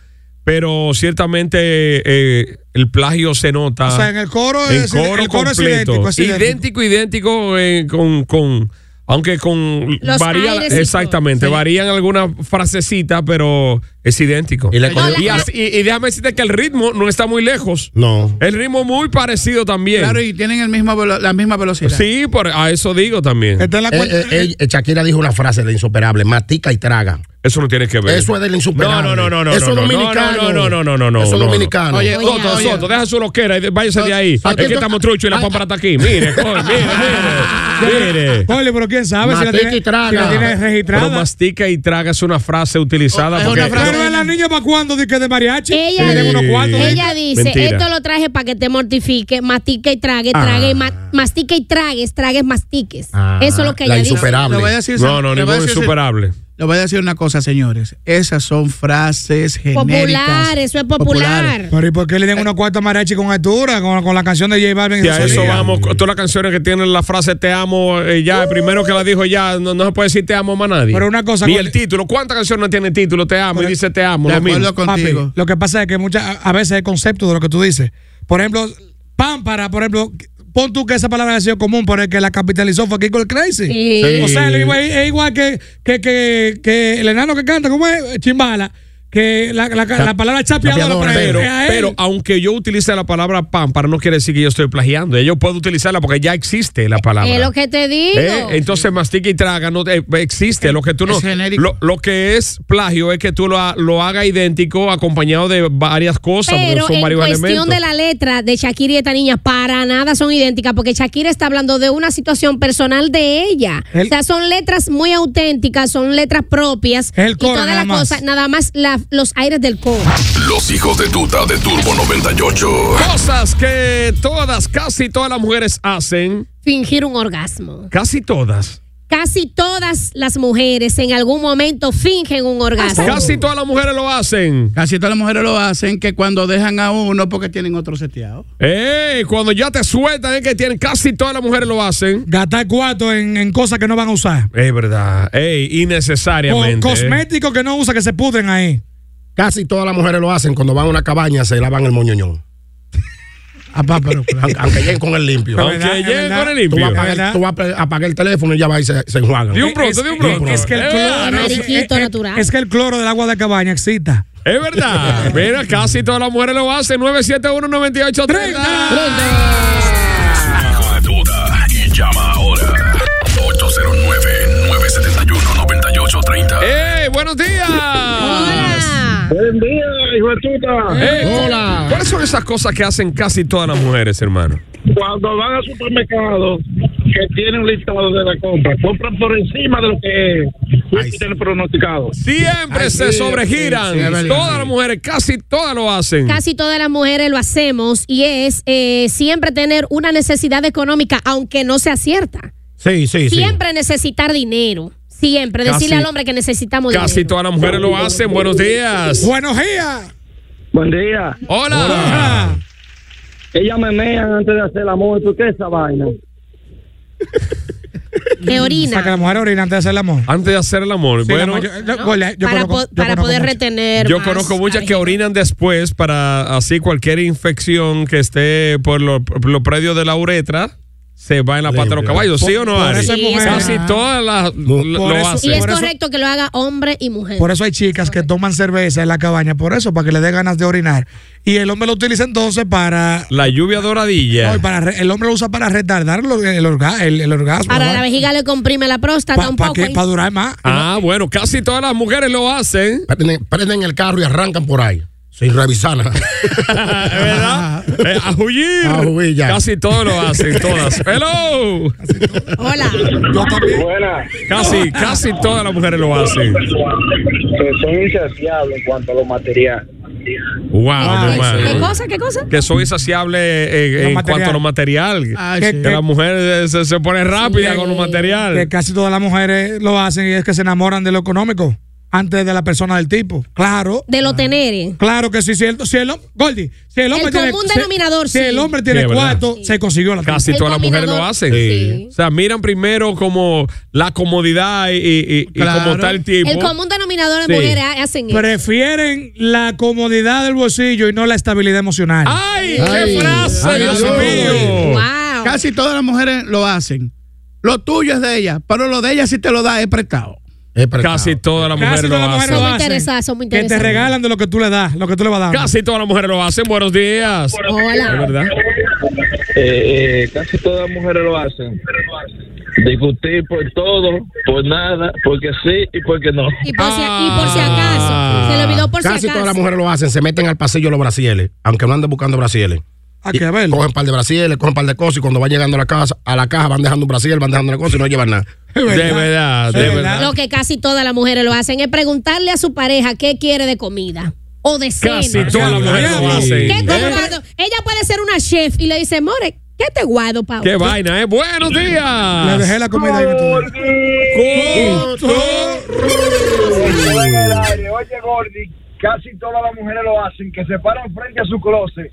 S2: pero ciertamente eh, el plagio se nota.
S4: O sea, en el coro
S2: En
S4: es- el coro es idéntico, es idéntico.
S2: idéntico, idéntico, eh, con, con- aunque con
S5: Los
S2: varía-
S5: aires y
S2: exactamente, varían algunas frasecitas, pero es idéntico.
S3: Y la economía-
S2: Y así- y- y déjame decirte que el ritmo no está muy lejos.
S3: No.
S2: El ritmo muy parecido también.
S6: Claro, y tienen el mismo velo- la misma velocidad.
S2: Sí, por, a eso digo también.
S4: Está en la
S3: Eh,
S4: cuenta-
S3: eh, eh, Shakira dijo una frase de insuperable: matica y traga.
S2: Eso no tiene que ver.
S3: Eso es del
S2: No,
S3: insuperable.
S2: no, no, no, no.
S3: Eso
S2: no,
S3: es
S2: no,
S3: dominicano.
S2: No, no, no, no, no, no.
S3: Eso es
S2: no, no.
S3: dominicano.
S2: Oye,
S3: Oye,
S2: Soto,
S3: oye.
S2: Soto, deja su loquera y de- váyase de ahí.
S3: ¿a quién
S2: Es que
S3: to-
S2: estamos truchos y la pámpara está aquí. Mire, coño, mire, mire. Mire.
S4: Oye, pero quién sabe si la
S2: Mastica
S4: tiene,
S2: y traga.
S4: si la tiene registrada.
S2: Pero mastica y traga es una frase utilizada. porque-
S4: Pero la niña para cuándo de que de mariachi.
S5: Ella,
S2: Sí.
S5: dice-
S2: cuartos,
S5: ella
S2: ¿eh?
S5: dice,
S2: Mentira.
S5: esto lo traje para que te mortifique, mastique y trague,
S2: Ah.
S5: trague y ma- mastique y tragues, tragues, mastiques.
S6: Ah,
S5: Eso es lo que ella dice.
S6: Le voy a decir-
S2: No, no,
S6: le voy a
S2: ninguno
S6: decir-
S2: insuperable.
S6: Le voy a decir una cosa, señores. Esas son frases genéricas.
S5: Popular, eso es
S6: Popular.
S5: popular.
S4: Pero ¿y por qué le den una cuarta mariachi con altura, con, con la canción de J Balvin?
S2: Y a eso vamos, con todas las canciones que tienen la frase te amo, eh, ya, el primero que la dijo ya, no, no se puede decir te amo más nadie.
S4: Pero una cosa
S2: Ni
S4: con-
S2: el título, ¿cuántas canciones no tienen título? Te amo, y dice te amo, lo mismo.
S4: Papi, lo que pasa es que muchas, a a veces el concepto de lo que tú dices. Por ejemplo, pámpara, por ejemplo, pon tú que esa palabra ha sido común, pero el que la capitalizó fue Kiko el Crazy.
S2: Sí.
S4: O sea, es igual, es igual que, que, que, que el enano que canta, ¿cómo es? Chimbala. Que la, la- la palabra chapeadora, por
S2: pero,
S4: ejemplo, es a él.
S2: pero aunque yo utilice la palabra pámpara, no quiere decir que yo estoy plagiando. Yo puedo utilizarla porque ya existe la palabra.
S5: Es lo que te digo.
S2: Eh, Entonces, mastica y traga no eh, existe. Lo que tú no.
S6: Es genérico.
S2: Lo, lo que es plagio es que tú lo, ha- lo hagas idéntico acompañado de varias cosas. porque
S5: Pero
S2: son
S5: en
S2: varios
S5: cuestión
S2: elementos.
S5: de la letra de Shakira y esta niña, para nada son idénticas, porque Shakira está hablando de una situación personal de ella.
S4: El-
S5: o sea, son letras muy auténticas, son letras propias.
S4: El
S5: y
S4: coro,
S5: toda
S4: nada
S5: la
S4: más.
S5: cosa, nada más la- los aires del coro.
S1: Los hijos de tuta de Turbo 98.
S2: Cosas que todas, casi todas las mujeres hacen.
S5: Fingir un orgasmo.
S2: Casi todas.
S5: Casi todas las mujeres en algún momento fingen un orgasmo.
S2: Casi todas las mujeres lo hacen.
S6: Casi todas las mujeres lo hacen que cuando dejan a uno porque tienen otro seteado.
S2: Ey, Eh, cuando ya te sueltan es que tienen, casi todas las mujeres lo hacen.
S4: Gastar cuarto en, en cosas que no van a usar.
S2: Es verdad. Ey, innecesariamente.
S4: Con
S2: eh.
S4: cosméticos que no usa, que se pudren ahí.
S3: Casi todas las mujeres lo hacen cuando van a una cabaña, se lavan el moñoñón.
S4: Ah,
S6: Apá, pero claro.
S3: Aunque- Aunque lleguen con el limpio.
S2: Aunque
S4: verdad, es
S2: lleguen
S4: verdad.
S2: con el
S3: Tú
S2: limpio.
S3: vas a apagar, tú vas a apagar- apagar el teléfono y ya va y se, se enjuagan.
S2: De un pronto, de un pronto.
S4: Es que el
S2: Eh,
S4: cloro.
S2: no,
S4: es-
S5: Mariquito
S4: es- es-
S5: natural.
S4: Es que el cloro del agua de cabaña excita.
S2: Es verdad. Mira, casi todas las mujeres lo hacen. 971-9830.
S4: Ah.
S1: Hijo de tuta y llama ahora. 809-971-9830.
S2: ¡Ey, buenos días!
S5: Hola.
S7: Buen día, hijo de tuta.
S2: Ey, ¿Cuáles son esas cosas que hacen casi todas las mujeres, hermano?
S7: Cuando van al supermercado, que tienen un listado de la compra, compran por encima de lo que tienen pronosticado.
S2: Siempre
S6: Ay,
S2: se
S6: sí,
S2: sobregiran.
S6: sí, sí, es verdad,
S2: todas
S6: sí.
S2: las mujeres, casi todas lo hacen.
S5: Casi todas las mujeres lo hacemos y es eh, siempre tener una necesidad económica, aunque no sea cierta.
S3: Sí, sí,
S5: Siempre necesitar dinero. Siempre.
S2: Casi-
S5: Decirle al hombre que necesitamos
S2: Casi
S5: dinero.
S2: todas las mujeres lo hacen. Buenos días.
S4: Buenos días.
S7: Buen día.
S2: Hola.
S7: Ella me mean antes de hacer el amor. ¿Tú qué es esa vaina?
S5: Que
S4: O sea, que
S5: orina.
S4: la mujer orina antes de hacer el amor.
S2: Antes de hacer el amor.
S4: Sí, la
S2: bueno,
S4: mayor- yo- yo- yo conozco-
S5: para po-
S4: yo
S5: para
S4: conozco
S5: poder
S4: mucho.
S5: retener.
S2: yo
S5: más
S2: conozco muchas que
S5: cabeza.
S2: orinan después para así cualquier infección que esté por los predios de la uretra. Se va en la pata de los caballos, ¿sí o no,
S4: Por
S2: Ari?
S4: eso hay
S5: Sí,
S4: mujeres.
S2: Casi todas las lo,
S4: Por
S2: lo
S4: eso-
S5: Y
S2: hacen.
S5: es
S4: Por eso-
S5: correcto que lo haga hombre y mujer.
S4: Por eso hay chicas que toman cerveza en la cabaña, por eso, para que le dé ganas de orinar. Y el hombre lo utiliza entonces para.
S2: La lluvia doradilla.
S4: no, y para re- el hombre lo usa para retardar el, orga- el orga- el- el orgasmo.
S5: Ahora la vejiga le comprime la próstata
S4: Para
S5: un poco. ¿eh?
S4: durar más.
S2: ah, bueno, casi todas las mujeres lo hacen.
S3: Prenden, prenden el carro y arrancan por ahí. Sin revisar nada.
S2: ¿Verdad? Eh, a huir.
S3: A huir ya.
S2: Casi todos lo hacen, todas. Hello.
S5: Hola.
S7: Buena.
S2: Casi, casi todas las mujeres lo hacen.
S7: Que son insaciables en cuanto a lo material.
S2: Wow,
S5: ¿Qué
S2: hermano.
S5: cosa? ¿Qué cosa?
S2: Que son insaciables eh, en
S4: material.
S2: cuanto a lo material.
S6: Ay,
S4: Que-
S6: sí.
S2: Que las mujeres se, se ponen rápidas
S5: Sí.
S2: con lo
S4: Que
S2: material.
S4: casi todas las mujeres lo hacen y es que se enamoran de lo económico antes de la persona del tipo. Claro.
S5: De lo tener. ¿eh?
S4: Claro que sí, si el, si el hom- Goldie, si el hombre
S5: El
S4: tiene
S5: común
S4: si-
S5: denominador,
S4: si
S5: sí.
S4: el hombre
S2: Sí,
S4: tiene
S2: es verdad.
S4: cuarto, se consiguió la
S2: Casi
S5: El
S2: todas las mujeres lo
S5: combinador,
S2: hacen.
S5: sí.
S2: O sea, miran primero como la comodidad y, y, y- y
S6: Claro.
S2: como tal tipo.
S5: El común denominador de
S2: Sí.
S5: mujeres ha- hacen eso.
S4: Prefieren la comodidad del bolsillo y no la estabilidad emocional.
S3: Ay,
S2: ¡Ay, qué frase,
S3: ay,
S2: Dios
S3: ay.
S2: mío!
S5: Wow.
S6: Casi todas las mujeres lo hacen. Lo tuyo es de ella, pero lo de ella si te lo da es prestado.
S3: Es prestado.
S2: Casi todas las
S4: Casi
S2: mujeres lo
S4: todas las mujeres
S2: hacen.
S5: Son muy
S4: hacen.
S5: interesadas, son muy
S4: que te
S5: interesadas.
S4: regalan de lo que tú le das, lo que tú le vas a dar.
S2: Casi todas las mujeres lo hacen. Buenos días.
S5: Hola.
S2: ¿Es verdad?
S7: Eh, eh, casi todas las mujeres lo hacen. Discutir por todo, por nada, porque sí y porque no.
S5: Y por si, y por si
S3: Ah.
S5: acaso. Se le olvidó por
S3: Casi
S5: si acaso.
S3: todas las mujeres lo hacen, se meten al pasillo los brasiles, aunque no anden buscando brasiles. Y Cogen par de brasiles, cogen par de cosas y cuando van llegando a la casa, a la caja van dejando un brasil, van dejando una cosa y no llevan nada.
S2: De verdad, de verdad.
S5: Lo que casi todas las mujeres lo hacen es preguntarle a su pareja qué quiere de comida o de cena.
S2: Casi todas las mujeres lo hacen.
S5: ¿Qué te
S2: ¿Eh?
S5: guardo? Ella puede ser una chef y le dice, More, ¿qué te guardo, Pau?
S2: Qué vaina, ¿eh? Buenos días.
S4: Le dejé la comida ahí que
S2: ¿eh?
S4: tú-
S8: Oye, Gordy, casi todas las mujeres lo hacen, que se paran frente a su closet,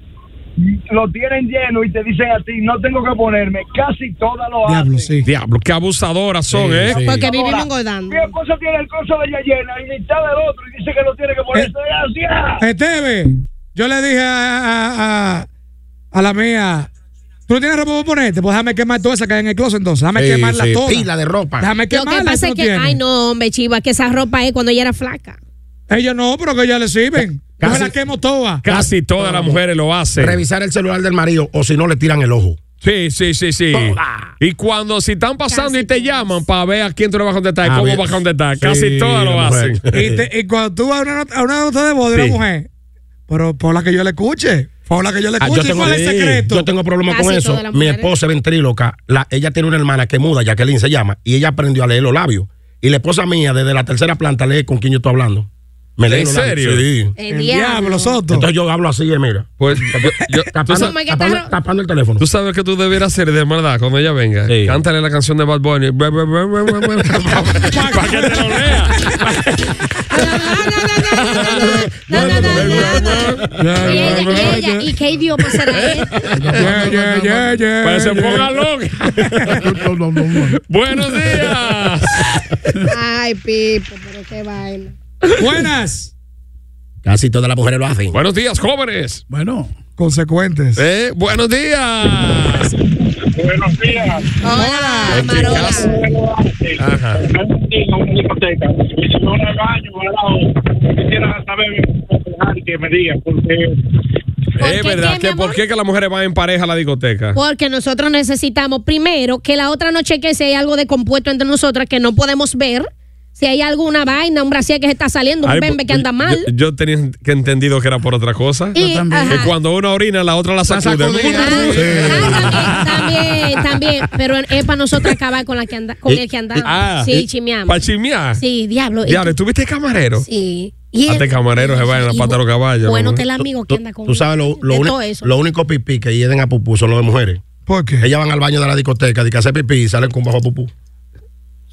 S8: lo tienen lleno y te dicen a ti, no tengo que ponerme. Casi todas lo hacen.
S2: Diablo, sí. Diablo, qué abusadoras son,
S8: Sí,
S2: ¿eh?
S8: sí.
S5: Oh, Porque vivimos
S8: Ahora,
S5: engordando.
S8: Mi esposa tiene el coso de ella llena y mitad del otro y dice que lo tiene que poner. ¡Gracias!
S4: Esteve, yo le dije a, a- a- a la mía, ¿tú no tienes ropa para ponerte? Pues déjame quemar toda esa que hay en el closet entonces. Déjame
S3: Sí,
S4: quemarla
S3: sí,
S4: toda.
S3: pila de ropa.
S4: Déjame
S5: Lo
S4: quemarla.
S5: que
S4: eso
S5: pasa es
S4: no
S5: que,
S4: tiene.
S5: ay no, hombre, chiva, que esa ropa es cuando ella era flaca.
S4: Ellos no, pero que ya le sirven. Yo me
S3: Casi-
S4: la quemo toda.
S2: Casi todas las mujeres lo hacen.
S3: Revisar el celular del marido o si no le tiran el ojo.
S2: Sí, sí, sí, sí. Y cuando si están pasando y te llaman para ver a quién tú le vas a contestar,
S3: Ah,
S2: cómo
S3: bien.
S2: vas a contestar,
S3: Sí,
S2: casi todas lo
S3: la mujer.
S2: hacen.
S4: Y, te- y cuando tú vas a una nota, a una nota de voz de
S2: Sí.
S4: una mujer, pero por la que yo le escuche, por la que yo le
S3: Ah,
S4: escuche,
S3: yo, tengo,
S4: ¿cuál es el
S3: sí,
S4: secreto?
S3: yo tengo problema con
S4: Casi
S3: eso.
S4: todas las
S3: Mi
S4: mujeres.
S3: esposa es ventríloca. La, ella tiene una hermana que muda, Jacqueline se llama, y ella aprendió a leer los labios. Y la esposa mía, desde la tercera planta, lee con quién yo estoy hablando. Me lee
S2: ¿En
S3: los labios, sí.
S2: serio?
S5: El diablo.
S3: Entonces yo hablo así, eh, mira.
S2: Pues yo, tú,
S3: Tapando,
S2: sa-
S3: tapando- tapando el teléfono.
S2: tú sabes que tú debieras hacer de verdad cuando ella venga. Cántale la canción de Bad Bunny. Para que te lo lea.
S5: Y ella, y ella, ¿y qué idioma será este? él?
S2: Para que Pues se ponga loca. Buenos días.
S5: Ay, Pipo, pero qué vaina.
S4: Buenas.
S3: Casi todas las mujeres lo hacen.
S2: Buenos días, jóvenes.
S4: Bueno. Consecuentes.
S2: Eh, buenos días.
S8: Buenos días.
S5: Hola,
S2: Ajá.
S8: Quisiera saber que me diga, porque
S2: Es verdad que por qué que las mujeres van en pareja a la discoteca.
S5: Porque nosotros necesitamos primero que la otra noche que si hay algo de compuesto entre nosotras que no podemos ver, si hay alguna vaina, un brasier que se está saliendo, un
S2: Ay, pues,
S5: bembe que
S2: yo-
S5: anda mal.
S2: Yo, yo tenía que entendido que era por otra cosa.
S5: Y, Yo también.
S2: Que
S5: ajá.
S2: cuando una orina, la otra la sacude.
S5: Ah, también, también, pero es para nosotros acabar con la que anda, con
S2: Eh,
S5: el que andamos. sí, chimeamos.
S2: Para ah, chimear.
S5: Sí, diablo. y-
S2: eh, Diablo, ¿estuviste camarero?
S5: Sí. Y
S2: Hasta
S5: el-
S2: camarero se va en la
S5: y
S2: pata de los caballos.
S5: Bueno,
S2: ¿no?
S5: que el amigo que anda con
S3: Tú sabes lo, lo
S5: de
S3: uni-
S5: todo eso.
S3: lo único pipí que lleven a pupú son los de mujeres.
S4: ¿Por qué?
S3: Ellas van al baño de la discoteca, de que hacer pipí y salen con bajo pupú.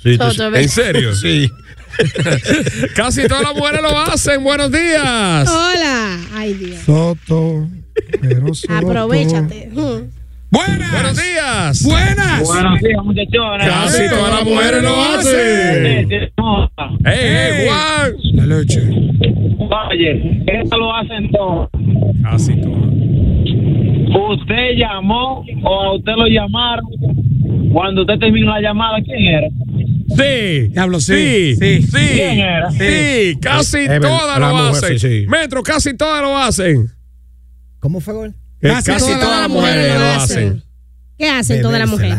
S3: Sí,
S2: Otra
S3: sí.
S2: vez. ¿En serio?
S3: sí.
S2: Casi todas las mujeres lo hacen. Buenos días.
S5: Hola. Ay, Dios.
S4: Soto. Pero soto.
S5: Aprovechate.
S4: Buenas.
S2: Buenos días.
S4: Buenas.
S8: Buenos días, muchachones.
S2: Casi todas las mujeres lo hacen. ¡Ey, ey, Juan!
S4: La leche.
S8: Oye, eso lo hacen todos.
S2: Casi todas.
S8: Usted llamó o a usted lo llamaron. Cuando usted terminó la llamada, ¿quién era?
S2: Sí.
S4: Diablo,
S2: Sí,
S4: sí.
S2: sí,
S8: ¿Quién era?
S2: sí, casi
S3: Es verdad,
S2: todas lo
S3: la mujer,
S2: hacen.
S3: sí, sí.
S2: Metro, casi todas lo hacen.
S13: ¿Cómo fue, Gol?
S2: Que Casi, todas las mujeres lo hacen.
S5: ¿Qué hacen todas las mujeres?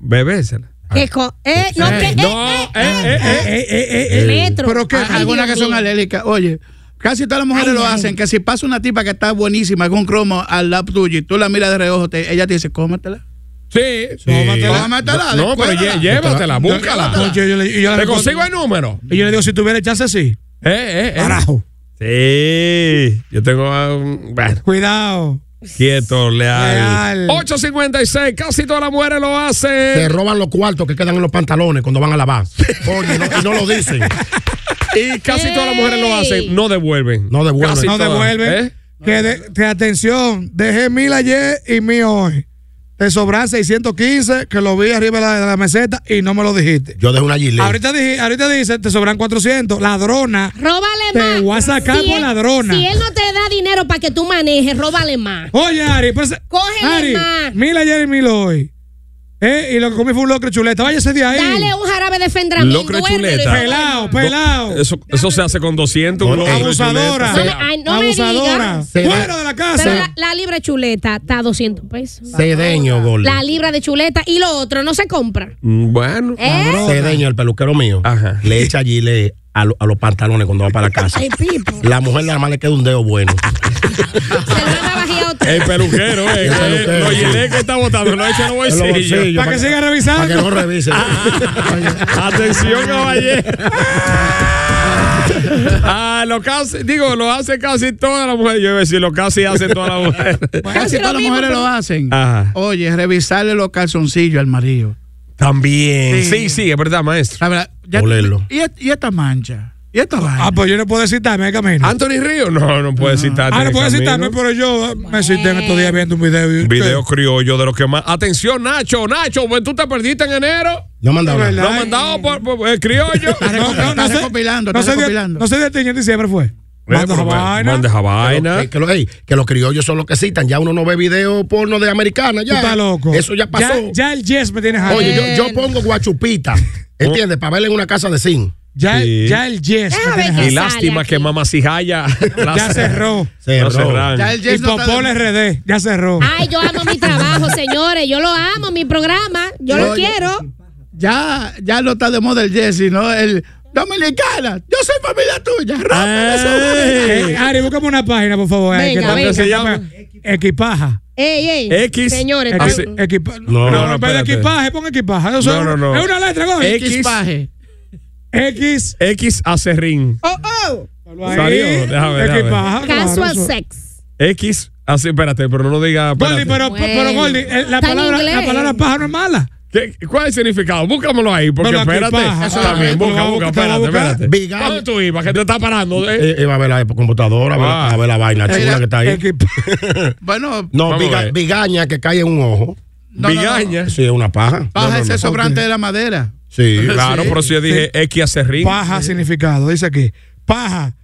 S2: Bebésela.
S5: ¿Qué co- eh, no, que- eh, eh, eh, Metro.
S6: Eh, Pero que
S5: Ay,
S6: algunas
S5: Dios
S6: que son
S5: mío.
S6: alérgicas. Oye, casi todas las mujeres
S5: Ay,
S6: lo
S5: ay.
S6: hacen. Que si pasa una tipa que está buenísima con cromo al lado tuyo y tú la miras de reojo, te- ella te dice, cómatela.
S2: Sí,
S6: Tómatela.
S2: Tómatela, No, pero
S6: descuélala.
S2: lle- llévatela, búscala.
S4: No, yo- yo le- y yo le
S2: Te
S4: respondo-
S2: consigo el número.
S4: Y yo le digo, si tuviera chance, sí.
S2: Eh, eh, eh.
S4: Carajo.
S2: Sí, yo tengo. ah, un- Bueno,
S4: Cuidado.
S2: quieto, leal.
S4: Leal.
S2: 8.56, casi todas las mujeres lo
S3: Se
S2: hacen.
S3: roban los cuartos que quedan en los pantalones cuando van a lavar. Coño, y no, y no lo dicen.
S2: Y casi todas las mujeres lo hacen. No devuelven.
S3: No devuelven.
S2: Casi
S4: no
S2: todas.
S4: devuelven.
S2: ¿Eh?
S4: Que de, te- atención, dejé mil ayer y mío hoy. Te sobran 615 que lo vi arriba de la, de la meseta y no me lo dijiste.
S3: Yo dejo una gilet.
S4: Ahorita, dije, ahorita dice, te sobran 400. Ladrona.
S5: Róbale
S4: Te
S5: más.
S4: voy a sacar por
S5: él-
S4: ladrona.
S5: Si él no te da dinero para que tú manejes, róbale más.
S4: Oye, Ari, pues.
S5: Cógele
S4: Ari,
S5: más.
S4: mil ayer y mil hoy. Eh, y lo que comí fue un locro y chuleta. Váyase de ahí.
S5: Dale un jarabe de fendramín.
S2: Locro y
S5: duérmelo y
S2: chuleta.
S4: Pelao,
S2: Do-
S4: pelao.
S2: Eso, eso se hace con 200. un
S4: Con-
S2: locro y
S4: abusadora.
S5: No me,
S2: chuleta.
S5: ay, no me
S4: Abusadora.
S5: digas.
S4: Será- Fuera de la casa.
S5: Pero la, la libra de chuleta está a 200 pesos.
S3: Cedeño, Gol.
S5: La libra de chuleta y lo otro no se compra.
S2: Bueno. ¿Eh?
S3: Cedeño, el peluquero mío, le echa allí le- a, lo- a los pantalones cuando va para la casa.
S5: Ay, Pipo.
S3: La mujer nada más le queda un dedo bueno.
S2: El peluquero, eh.
S3: El
S2: eh,
S3: peluquero,
S2: Lo
S3: sí.
S2: llené que está botando, lo he hecho en los
S3: En los
S2: bolsillos.
S3: bolsillos,
S2: Pa' que siga revisando.
S3: Para que no revise.
S2: Atención, caballero. Ah, lo casi, digo, lo hace casi toda la mujer. Yo iba a decir, lo casi hace toda la mujer.
S6: Casi todas las mujeres lo hacen.
S2: Ajá.
S6: Oye, revisarle los calzoncillos al marido.
S2: También. Sí, sí, es verdad, maestro.
S6: La verdad, ya- y, et- y esta mancha. Y esta vaina.
S4: Ah, pues yo no puedo citarme, camino.
S2: Anthony Río, no, no puede citar.
S4: Ah, no puedo citarme,
S2: citarme
S4: pero yo eh, me cité en estos días viendo un video. y-
S2: Video criollo de los que más. Atención, Nacho, Nacho, pues, tú te perdiste en enero.
S3: No mandaba
S2: Lo
S3: nada.
S2: han mandado por, por- eh, criollo.
S4: No, no, no
S6: Está
S4: sé-
S6: recopilando,
S4: no
S6: está
S4: sé de-
S6: recopilando.
S4: No sé de ti, en diciembre fue. Manda esa vaina.
S2: vaina.
S3: Que, lo- ey, que los criollos son los que citan. Ya uno no ve video porno de americana.
S4: Tú
S3: Ya.
S4: estás loco.
S3: Eso ya pasó.
S4: Ya, ya el yes me tienes harto.
S3: Oye, yo, yo pongo guachupita. ¿Entiendes? Para verla en una casa de zinc.
S4: Ya,
S2: Sí.
S4: ya el yes me
S5: Déjame
S4: tienes
S5: que
S2: Y
S4: harto.
S2: lástima que Mamá Cijaya la
S4: Ya cerró.
S2: la
S3: Cerró.
S2: cerraron.
S6: Ya el
S4: Y
S6: yes no está de- Ah.
S4: Popol RD, ya cerró.
S5: Ay, yo amo mi trabajo, señores. Yo lo amo, mi programa. Yo lo
S6: Oye.
S5: quiero.
S6: ya, ya no está de moda el yes, sino el dominicana. Yo soy familia tuya. Rápame esa vaina.
S4: Eh, Ari, búscame una página, por favor. eh,
S5: Venga,
S4: que también
S5: venga.
S4: se llama Equipaja.
S5: Ey, ey.
S2: X.
S5: Señores,
S2: Ah,
S5: tú-
S2: sí.
S4: Equipa-
S2: No, no,
S4: no, no, no, pero
S2: espérate.
S4: equipaje, pon equipaje. Eso
S2: No,
S4: es,
S2: no, no.
S4: Es una letra, coño.
S2: X.
S6: Paje.
S4: X.
S2: X Acerrín.
S5: Oh, oh.
S4: Ahí,
S2: Salió, déjame ver, déjame
S4: Equipaja. claro,
S5: Casual
S4: eso.
S5: sex.
S2: X. Así, espérate, pero no lo diga.
S4: Gordy,
S2: espérate.
S4: pero,
S5: Bueno.
S4: pero Gordy, eh, la,
S5: Está en
S4: palabra,
S5: inglés.
S4: la palabra paja no es mala.
S2: ¿Qué- ¿Cuál es el significado? Búscamelo ahí, porque
S4: Pero aquí
S2: espérate.
S4: paja.
S2: Está
S4: Ah,
S2: bien,
S4: tú
S2: busca,
S4: vas a
S2: busca,
S4: buscar, te vas a
S2: espérate,
S4: buscar.
S2: espérate.
S3: Vigal.
S2: ¿Dónde tú ibas? Que te está parando. eh?
S3: Eh, eh, va a ver la computadora, a ver,
S2: Ah.
S3: a ver la vaina chula que está ahí.
S4: Equipa-
S6: Bueno,
S3: No,
S2: Vamos a
S3: viga-
S2: ver.
S3: vigaña que cae en un ojo.
S6: no, no, no.
S2: Vigaña.
S3: Sí, es una paja.
S6: Paja
S3: No, no,
S6: ese
S3: no.
S6: sobrante de la madera.
S3: Sí.
S2: Claro,
S6: Sí.
S2: por eso yo dije X Acerrín.
S4: Paja significado, dice aquí. Paja.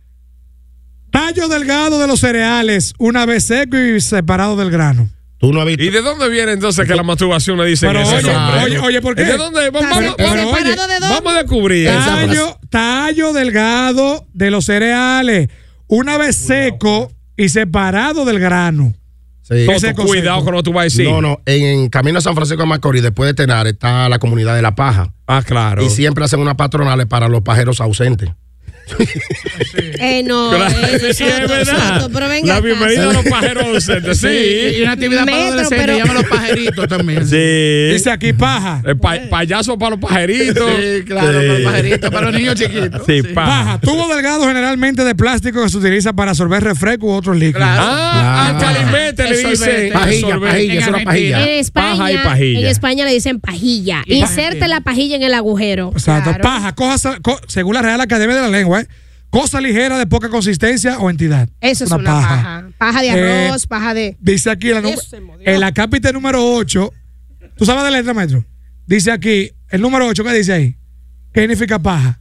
S4: Tallo delgado de los cereales, una vez seco y separado del grano.
S3: Tú no has visto.
S2: ¿Y de dónde viene entonces que la masturbación le dicen
S4: Pero
S2: ese
S4: oye,
S2: nombre?
S4: oye, oye, ¿por
S2: ¿Y
S4: qué?
S2: ¿De dónde? Vamos,
S5: Pero-
S2: vamos,
S5: pero
S2: vamos-
S5: ¿separado de dónde?
S2: vamos a descubrir esa frase.
S4: Tallo, tallo delgado de los cereales, una vez seco y separado del grano.
S3: Sí.
S2: Toto,
S4: Ese concepto.
S2: cuidado con lo que tú vas a decir.
S3: Eh, este No, no. En, en Camino a San Francisco de Macorís, después de Tenar, está la comunidad de la paja.
S2: Ah, claro.
S3: Y siempre hacen unas patronales para los pajeros ausentes.
S5: Eh, no.
S2: Claro,
S5: eh, no,
S2: sí, es
S5: Soto,
S2: verdad.
S5: Soto, pero venga
S2: La
S5: acá.
S2: bienvenida a los pajeros ausentes.
S6: Y
S2: Sí.
S6: una actividad para los
S5: Metro,
S6: adolescentes.
S5: pero-
S6: Llaman los pajeritos también.
S2: Sí.
S4: Dice aquí paja.
S2: El pa- payaso para los pajeritos.
S6: Sí, claro, para los pajeritos, para los niños chiquitos. Sí.
S2: Sí, paja.
S4: Paja, tubo delgado generalmente de plástico que se utiliza para absorber refresco u otros líquidos.
S2: Ah, al calimete le
S6: Eso es
S2: dicen.
S6: verde.
S3: Pajilla,
S2: Eso es
S3: pajilla,
S2: verde.
S3: es una
S5: En
S3: pajilla.
S5: España,
S2: Paja y pajilla.
S5: en España le dicen pajilla. Inserte la pajilla en el agujero.
S4: Exacto. Paja, cosa, co- según la Real Academia de la Lengua, ¿eh? cosa ligera de poca consistencia o entidad.
S5: Eso es una, paja. paja. de
S4: Eh,
S5: arroz, paja de.
S4: Dice aquí la nu- en la cápita número 8. ¿Tú sabes de letra, maestro? Dice aquí, el número 8, ¿qué dice ahí? ¿Qué significa paja?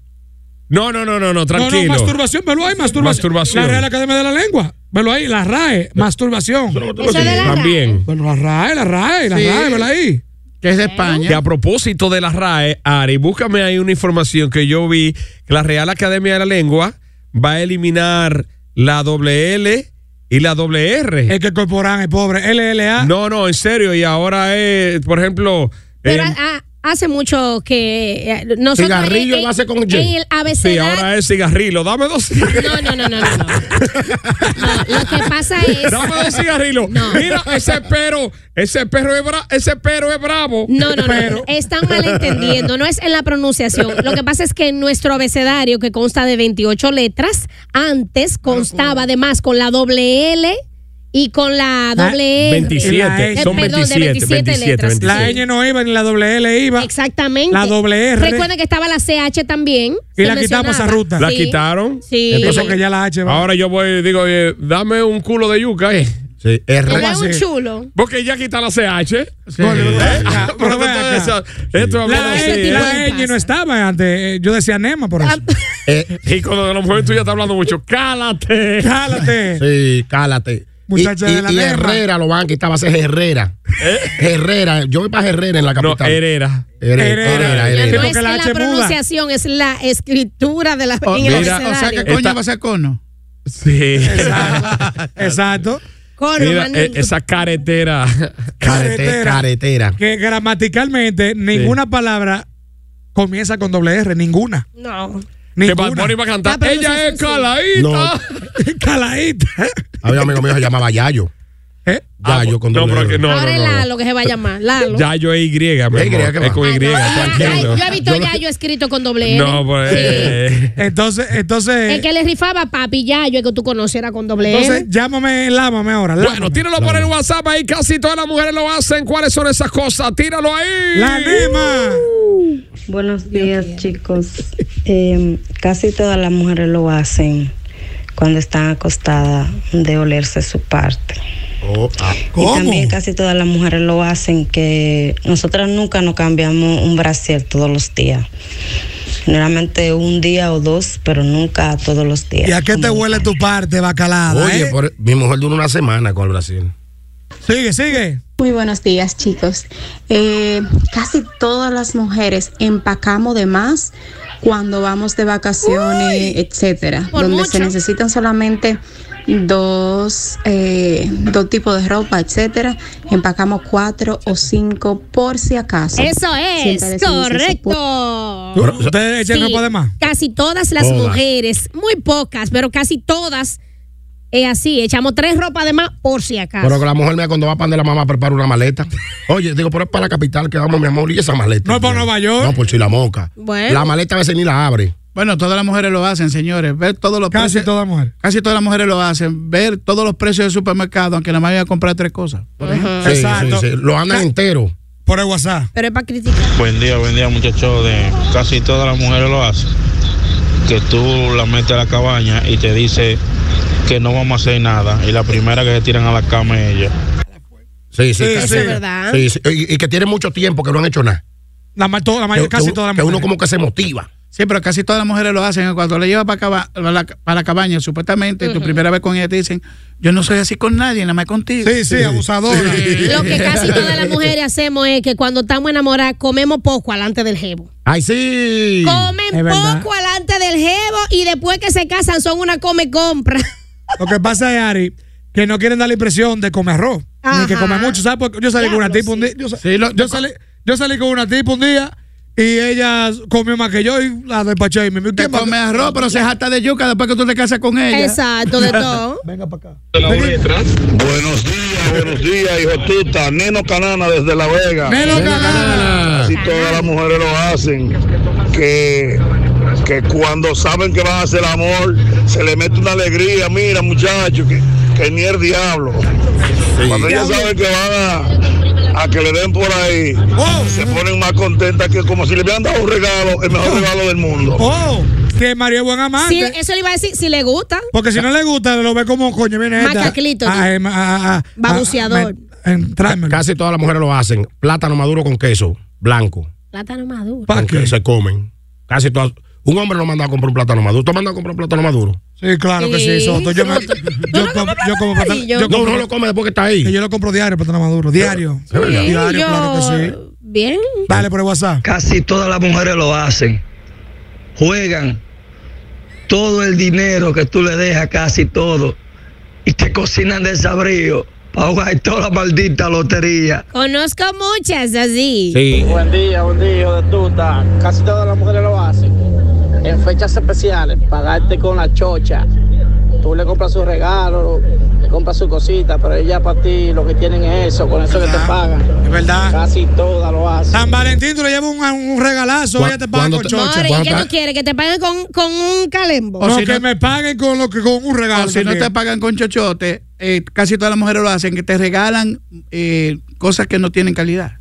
S2: No, no, no, no, no,
S4: No, no,
S2: tranquilo.
S4: masturbación, velo ahí, masturbación.
S2: Masturbación.
S4: La Real Academia de la Lengua, velo ahí, la RAE, masturbación.
S5: Eso es de la
S2: También.
S4: Bueno, la RAE, la RAE, la
S6: Sí.
S4: RAE, velo ahí.
S6: Que es de
S2: Que a
S6: España.
S2: propósito de la RAE, Ari, búscame ahí una información que yo vi que la Real Academia de la Lengua va a eliminar la doble L y la doble R.
S4: Es que el corporán es pobre, LLA.
S2: No, no, en serio. Y ahora es, por ejemplo.
S5: Pero
S2: eh,
S5: ah, hace mucho que eh, nosotros
S3: Cigarrillo lo hace con Y.
S5: en el
S2: sí,
S5: abecedario.
S2: ahora es cigarrillo. Dame dos cigarrillos.
S5: No, no, no, no, no, no. No, lo que pasa es
S2: Dame dos cigarrillos.
S5: No.
S2: Mira, ese perro, ese perro es bra- ese perro es bravo.
S5: No, no, no,
S2: Pero-
S5: no. Están malentendiendo. No es en la pronunciación. Lo que pasa es que en nuestro abecedario, que consta de 28 letras, antes constaba además con la doble L y con
S4: Ah,
S5: la doble R.
S2: 27,
S5: Eh,
S2: son
S5: perdón,
S2: 27,
S5: de 27,
S2: 27,
S5: letras.
S2: sí.
S4: La ñ no iba ni la doble L iba.
S5: Exactamente.
S4: La doble R.
S5: Recuerden que estaba la CH también.
S4: Y
S5: se
S4: la quitamos
S5: mencionaba.
S4: esa ruta.
S2: La
S5: Sí.
S2: quitaron.
S5: Sí.
S4: Eso que ya la H va.
S2: Ahora yo voy, digo, eh, dame un culo de yuca, eh.
S3: Sí, es
S5: Pero
S3: re-
S5: es un chulo.
S2: Porque ya quita la CH.
S6: Sí.
S2: ¿Eh?
S4: Ah,
S2: Pero
S4: pero ve acá.
S2: entonces, esto es
S4: La,
S2: hablando así,
S5: Ah, ese
S4: ñ-
S2: ¿eh?
S5: tipo
S4: la
S5: de
S4: ñ no
S5: pasa. Ah,
S4: estaba antes. eh, Yo decía Nema por eso.
S3: eh,
S2: Y cuando la mujer tuya está hablando mucho, cálate.
S4: Jálate.
S3: sí, cálate.
S4: muchacha
S3: y,
S4: de la
S3: y
S4: guerra.
S3: Herrera lo van a quitar, va a ser Herrera. Herrera, yo voy para Herrera en la capital.
S2: ¿Eh? Herrera.
S3: Herrera.
S2: Herrera.
S3: Herrera.
S5: No es
S6: porque la H
S5: la,
S6: muda.
S5: pronunciación, es la escritura de la
S6: O,
S5: en el
S6: mira, o sea que
S5: abecedario.
S6: coño va a ser cono.
S2: Sí.
S4: Exacto.
S5: Cono,
S2: Mira,
S5: mano.
S2: eh, esa carretera.
S4: Carretera. Que gramaticalmente ninguna palabra comienza con doble R, ninguna.
S5: No.
S2: Que
S4: Ninguna.
S2: Bad Bunny va a cantar. Ella es calaíta.
S3: No.
S4: Calaíta.
S3: Había un amigo mío que se llamaba Yayo.
S4: ¿Eh?
S3: Yayo con
S2: Ah, No,
S3: doble
S2: pero
S3: R.
S2: que no,
S5: Ahora
S2: no,
S5: es
S2: no.
S5: Lalo que se va a llamar. Lalo.
S2: Ya yo es Y, mi amor.
S3: ¿qué va?
S2: Es con Y,
S5: Ay,
S2: tranquilo.
S5: yo he visto ya yo escrito con doble N.
S2: No, pues. eh,
S4: Entonces,
S5: El
S4: entonces,
S5: que le rifaba papi ya yo que tú conocieras con doble
S4: entonces
S5: N.
S4: llámame, Eh, lámame ahora.
S2: Bueno,
S4: lámame.
S2: tíralo por el WhatsApp ahí, casi todas las mujeres lo hacen. ¿Cuáles son esas cosas? Tíralo ahí.
S4: La Nema.
S14: Buenos días, chicos. Eh, casi todas las mujeres lo hacen cuando están acostadas de olerse su parte.
S3: Oh, ah.
S14: Y también casi todas las mujeres lo hacen que nosotras nunca nos cambiamos un brasier todos los días. Generalmente un día o dos, pero nunca todos los días.
S4: ¿Y a qué te huele tu parte, bacalada?
S3: Oye,
S4: eh?
S3: por- mi mujer duró una semana con el Brasil.
S4: Sigue, sigue.
S15: Muy buenos días, chicos. Eh, casi todas las mujeres empacamos de más cuando vamos de vacaciones, etcétera,
S5: Por
S15: donde
S5: mucho.
S15: se necesitan solamente dos, eh, dos tipos de ropa, etcétera. Empacamos cuatro o cinco por si acaso.
S5: Eso
S15: Siempre
S5: es
S15: decimos eso, pues.
S5: correcto.
S4: ¿Ustedes echan
S5: Sí,
S4: ropa de más?
S5: Casi todas las
S4: Todas.
S5: mujeres, muy pocas, pero casi todas es así. Echamos tres ropas de más por si acaso.
S3: Pero que la mujer mía cuando va a pan de la mamá prepara una maleta. Oye, digo, pero es para la capital que vamos, mi amor, y esa maleta.
S6: No es para Nueva York.
S3: No, por si la moca.
S4: Eh.
S5: Bueno.
S3: La maleta a veces ni la abre.
S6: Bueno, todas las mujeres lo hacen, señores. Ver todos los
S4: Casi
S6: precios-
S4: toda mujer.
S6: Casi todas las mujeres lo hacen. Ver todos los precios del supermercado, aunque nada más vaya a comprar tres cosas. Por ejemplo.
S3: Sí, sí, sí. Lo andan entero.
S4: Por el WhatsApp.
S5: Pero es para criticar.
S16: Buen día, buen día muchachos. De, casi todas las mujeres lo hacen. Que tú la metes a la cabaña y te dice que no vamos a hacer nada. Y la primera que se tiran a la cama es ella.
S3: Sí, sí.
S4: Sí,
S3: casi.
S4: eso es verdad.
S3: Sí, sí. Y, y que tienen mucho tiempo que no han hecho nada.
S4: La, ma- toda- la mayor,
S3: Que-
S4: casi
S3: que-
S4: todas las
S3: Que
S4: mujeres.
S3: uno como que se motiva.
S6: Sí, pero casi todas las mujeres lo hacen. Cuando le llevas para, la, pa' la cabaña, supuestamente, tu primera vez con ella, te dicen, yo no soy así con nadie, nada más contigo.
S4: Sí, sí, abusadora.
S5: Lo que casi todas las mujeres hacemos es que cuando estamos enamoradas comemos poco alante del jevo.
S3: ¡Ay, sí!
S5: Comen
S4: Es verdad.
S5: poco alante del jevo y después que se casan son una come compra.
S4: Lo que pasa es, Ari, que no quieren dar la impresión de comer arroz. Ni que
S5: Ajá.
S4: comer mucho. ¿Sabes? por qué? yo salí con una tipa un día. Yo, sa- yo salí, yo salí con una tipa un día y ella comió más que yo y la despaché. Y me dijo,
S6: Te
S4: "¿Quién más
S6: come
S4: que-?"
S6: arroz, pero se jata de yuca después que tú te casas con ella.
S5: Exacto, de todo.
S16: Buenos días, buenos días, hijo tuta. Neno Canana desde La Vega.
S4: Neno Canana.
S16: Casi todas las mujeres lo hacen. Que, que cuando saben que van a hacer amor, se le mete una alegría. Mira, muchachos, que, que ni el diablo. Cuando ellas saben que van a, a que le den por ahí, se ponen más contentas que como si le hubieran dado un regalo, el mejor regalo del mundo.
S4: Oh, que Mario es buen amante.
S5: Si- eso le iba a decir, si le gusta.
S4: Porque si no le gusta, lo ve como coño, viene esta.
S5: Macaclito,
S4: Ah,
S5: tú.
S4: em, ah, ah, ah,
S5: Babuceador.
S4: ah, me- en- tráemelo.
S3: Casi todas las mujeres lo hacen. Plátano maduro con queso, blanco.
S5: Plátano maduro.
S4: ¿Pa'
S3: Con
S4: qué?
S3: que se comen. Casi todas. Un hombre no manda a comprar un plátano maduro. ¿Tú mandas a comprar un plátano maduro?
S4: Sí, claro que sí,
S5: Sí.
S4: Soto. Yo, me-
S5: Tú
S4: yo com-
S5: no comes
S4: yo como plátano.
S5: amarillo.
S4: Yo
S3: No,
S4: compro-
S3: no lo come después que está ahí.
S4: que yo lo compro diario, plátano maduro. Diario.
S3: Sí, verdad.
S4: Diario,
S5: yo-
S4: claro que sí.
S5: Bien.
S4: Dale por el WhatsApp.
S17: Casi todas las mujeres lo hacen. Juegan todo el dinero que tú le dejas, casi todo. Y te cocinan de sabrío para jugar toda la maldita lotería.
S5: Conozco muchas así.
S18: Buen día, buen día, de tuta. Casi todas las mujeres lo hacen. En fechas especiales, pagarte con la chocha. Tú le compras su regalo, le compras su cosita, pero ella para ti lo que tienen es eso, con eso que te pagan.
S4: Es verdad.
S18: Casi todas lo hacen.
S4: San Valentín, tú le llevas un, un regalazo.
S3: Cu-
S4: Ella te paga
S3: cuando
S4: con
S3: te-
S4: chocha.
S5: Ahora, ¿y qué
S3: Cuando-
S5: tú quieres? ¿Que te paguen con, con un calembo?
S6: O
S4: No,
S6: si
S4: que
S6: no-
S4: me paguen con lo que con un regalo.
S6: O si no
S4: también.
S6: te pagan con chochote, eh, casi todas las mujeres lo hacen, que te regalan eh, cosas que no tienen calidad.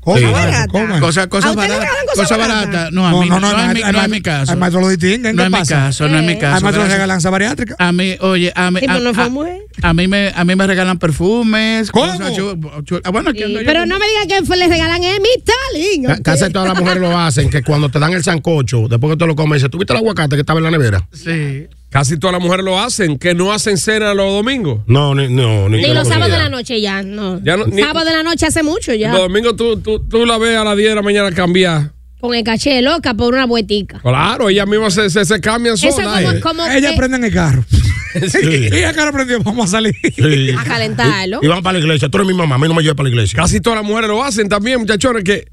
S4: ¿Cómo?
S3: Sí.
S4: ¿Cómo?
S6: Cosas, cosas
S5: usted le
S6: baratas.
S5: regalan cosas
S6: Cosas
S5: baratas?
S6: baratas. No, a mí no, no es mi- no es mi caso.
S4: Además, lo distinguen.
S6: No
S4: ¿Qué
S6: es mi
S4: pasa?
S6: caso, no es mi
S5: Eh.
S6: caso.
S4: Además, te lo
S6: gracias.
S4: regalan sabariátrica.
S6: A mí, oye, a mí,
S5: Sí,
S6: a,
S5: pero no fue
S6: a-
S5: mujer.
S6: a mí me, a mí me regalan perfumes.
S4: ¿Cómo?
S6: cosas chu- chu- ah, bueno, aquí ando yo
S5: Pero
S6: con-
S5: no me digan que fue- le regalan es mi talín.
S3: Ca- Casi todas las mujeres lo hacen, que cuando te dan el sancocho, después que te lo comes, dices, ¿tú viste el aguacate que estaba en la nevera?
S6: Sí.
S2: Casi todas las mujeres lo hacen, que no hacen cena los domingos.
S3: No, ni, no,
S5: Ni los sábados de la noche ya, no.
S2: Ya no- ni-
S5: sábado de la noche hace mucho ya.
S2: Los domingos tú, tú, tú la ves a las 10 de la mañana cambiar.
S5: Con el caché de loca por una vueltica.
S2: Claro, ellas mismas se, se, se cambian
S5: Eso
S2: solas.
S5: como-
S2: eh.
S5: como
S4: Ella
S5: que-
S4: prende en el carro.
S3: Sí.
S4: Ella carro prendió, vamos a salir.
S5: A calentarlo.
S3: Y van para la iglesia. Tú eres mi mamá, a mí no me llevas para la iglesia.
S2: Casi todas las mujeres lo hacen también, muchachones, que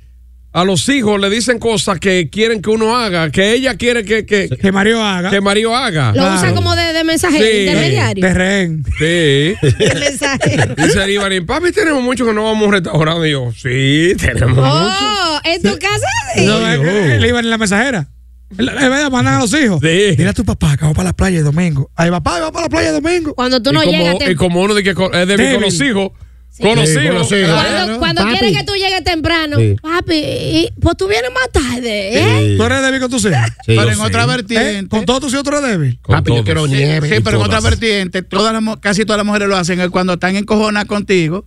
S2: a los hijos le dicen cosas que quieren que uno haga, que ella quiere que... Que,
S4: que Mario haga.
S2: Que Mario haga.
S5: Lo usa como de, de mensaje
S2: Sí.
S5: intermediario.
S4: rehén.
S2: Sí. Dice Iván, papi, tenemos mucho que no vamos a un restaurante. Y yo, sí, tenemos mucho.
S5: Oh, ¿en tu casa? Sí.
S4: No, es que le iban en la mensajera. Le le van a mandar a los hijos. Dile a tu papá que vamos para la playa el domingo. Ay, papá, vamos para la playa el domingo.
S5: Cuando tú
S2: Y
S5: no
S2: como,
S5: llegas
S2: y
S5: temprano.
S2: como uno de que co- es débil con los
S4: Débil.
S2: hijos. Con los
S3: Sí, con
S2: hijos.
S3: los hijos.
S5: Cuando, cuando
S3: Papi.
S5: quieres que tú llegues temprano,
S3: Sí.
S5: papi, y- pues tú vienes más tarde, ¿eh?
S3: Sí.
S4: Tú eres débil con tus hijos.
S3: Sí, yo
S6: pero en
S3: sé. ¿Eh?
S6: otra vertiente.
S4: Con todos tus hijos tú eres débil.
S3: Papi, yo quiero
S6: Sí,
S3: nieve.
S6: sí,
S3: y
S6: pero en otra
S3: todas.
S6: vertiente, todas las mu- casi todas las mujeres lo hacen. es Cuando están encojonadas contigo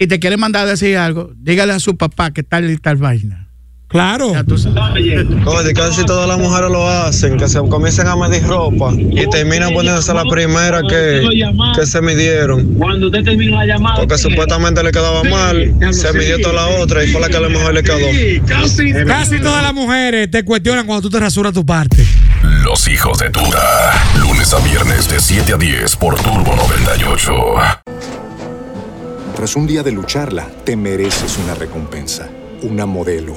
S6: y te quieren mandar a decir algo, dígale a su papá que tal y tal vaina.
S4: Claro.
S19: Oye, casi todas las mujeres lo hacen, que se comienzan a medir ropa y terminan poniéndose la primera que, que se midieron.
S7: Cuando usted termina la llamada.
S19: Porque supuestamente le quedaba mal, se midió toda la otra y fue la que a lo mejor le quedó.
S4: ¿Eh? Casi, todas las mujeres te cuestionan cuando tú te rasuras tu parte.
S1: Los hijos de Tuta. Lunes a viernes de 7 a 10 por Turbo 98.
S20: Tras un día de lucharla, te mereces una recompensa. Una modelo.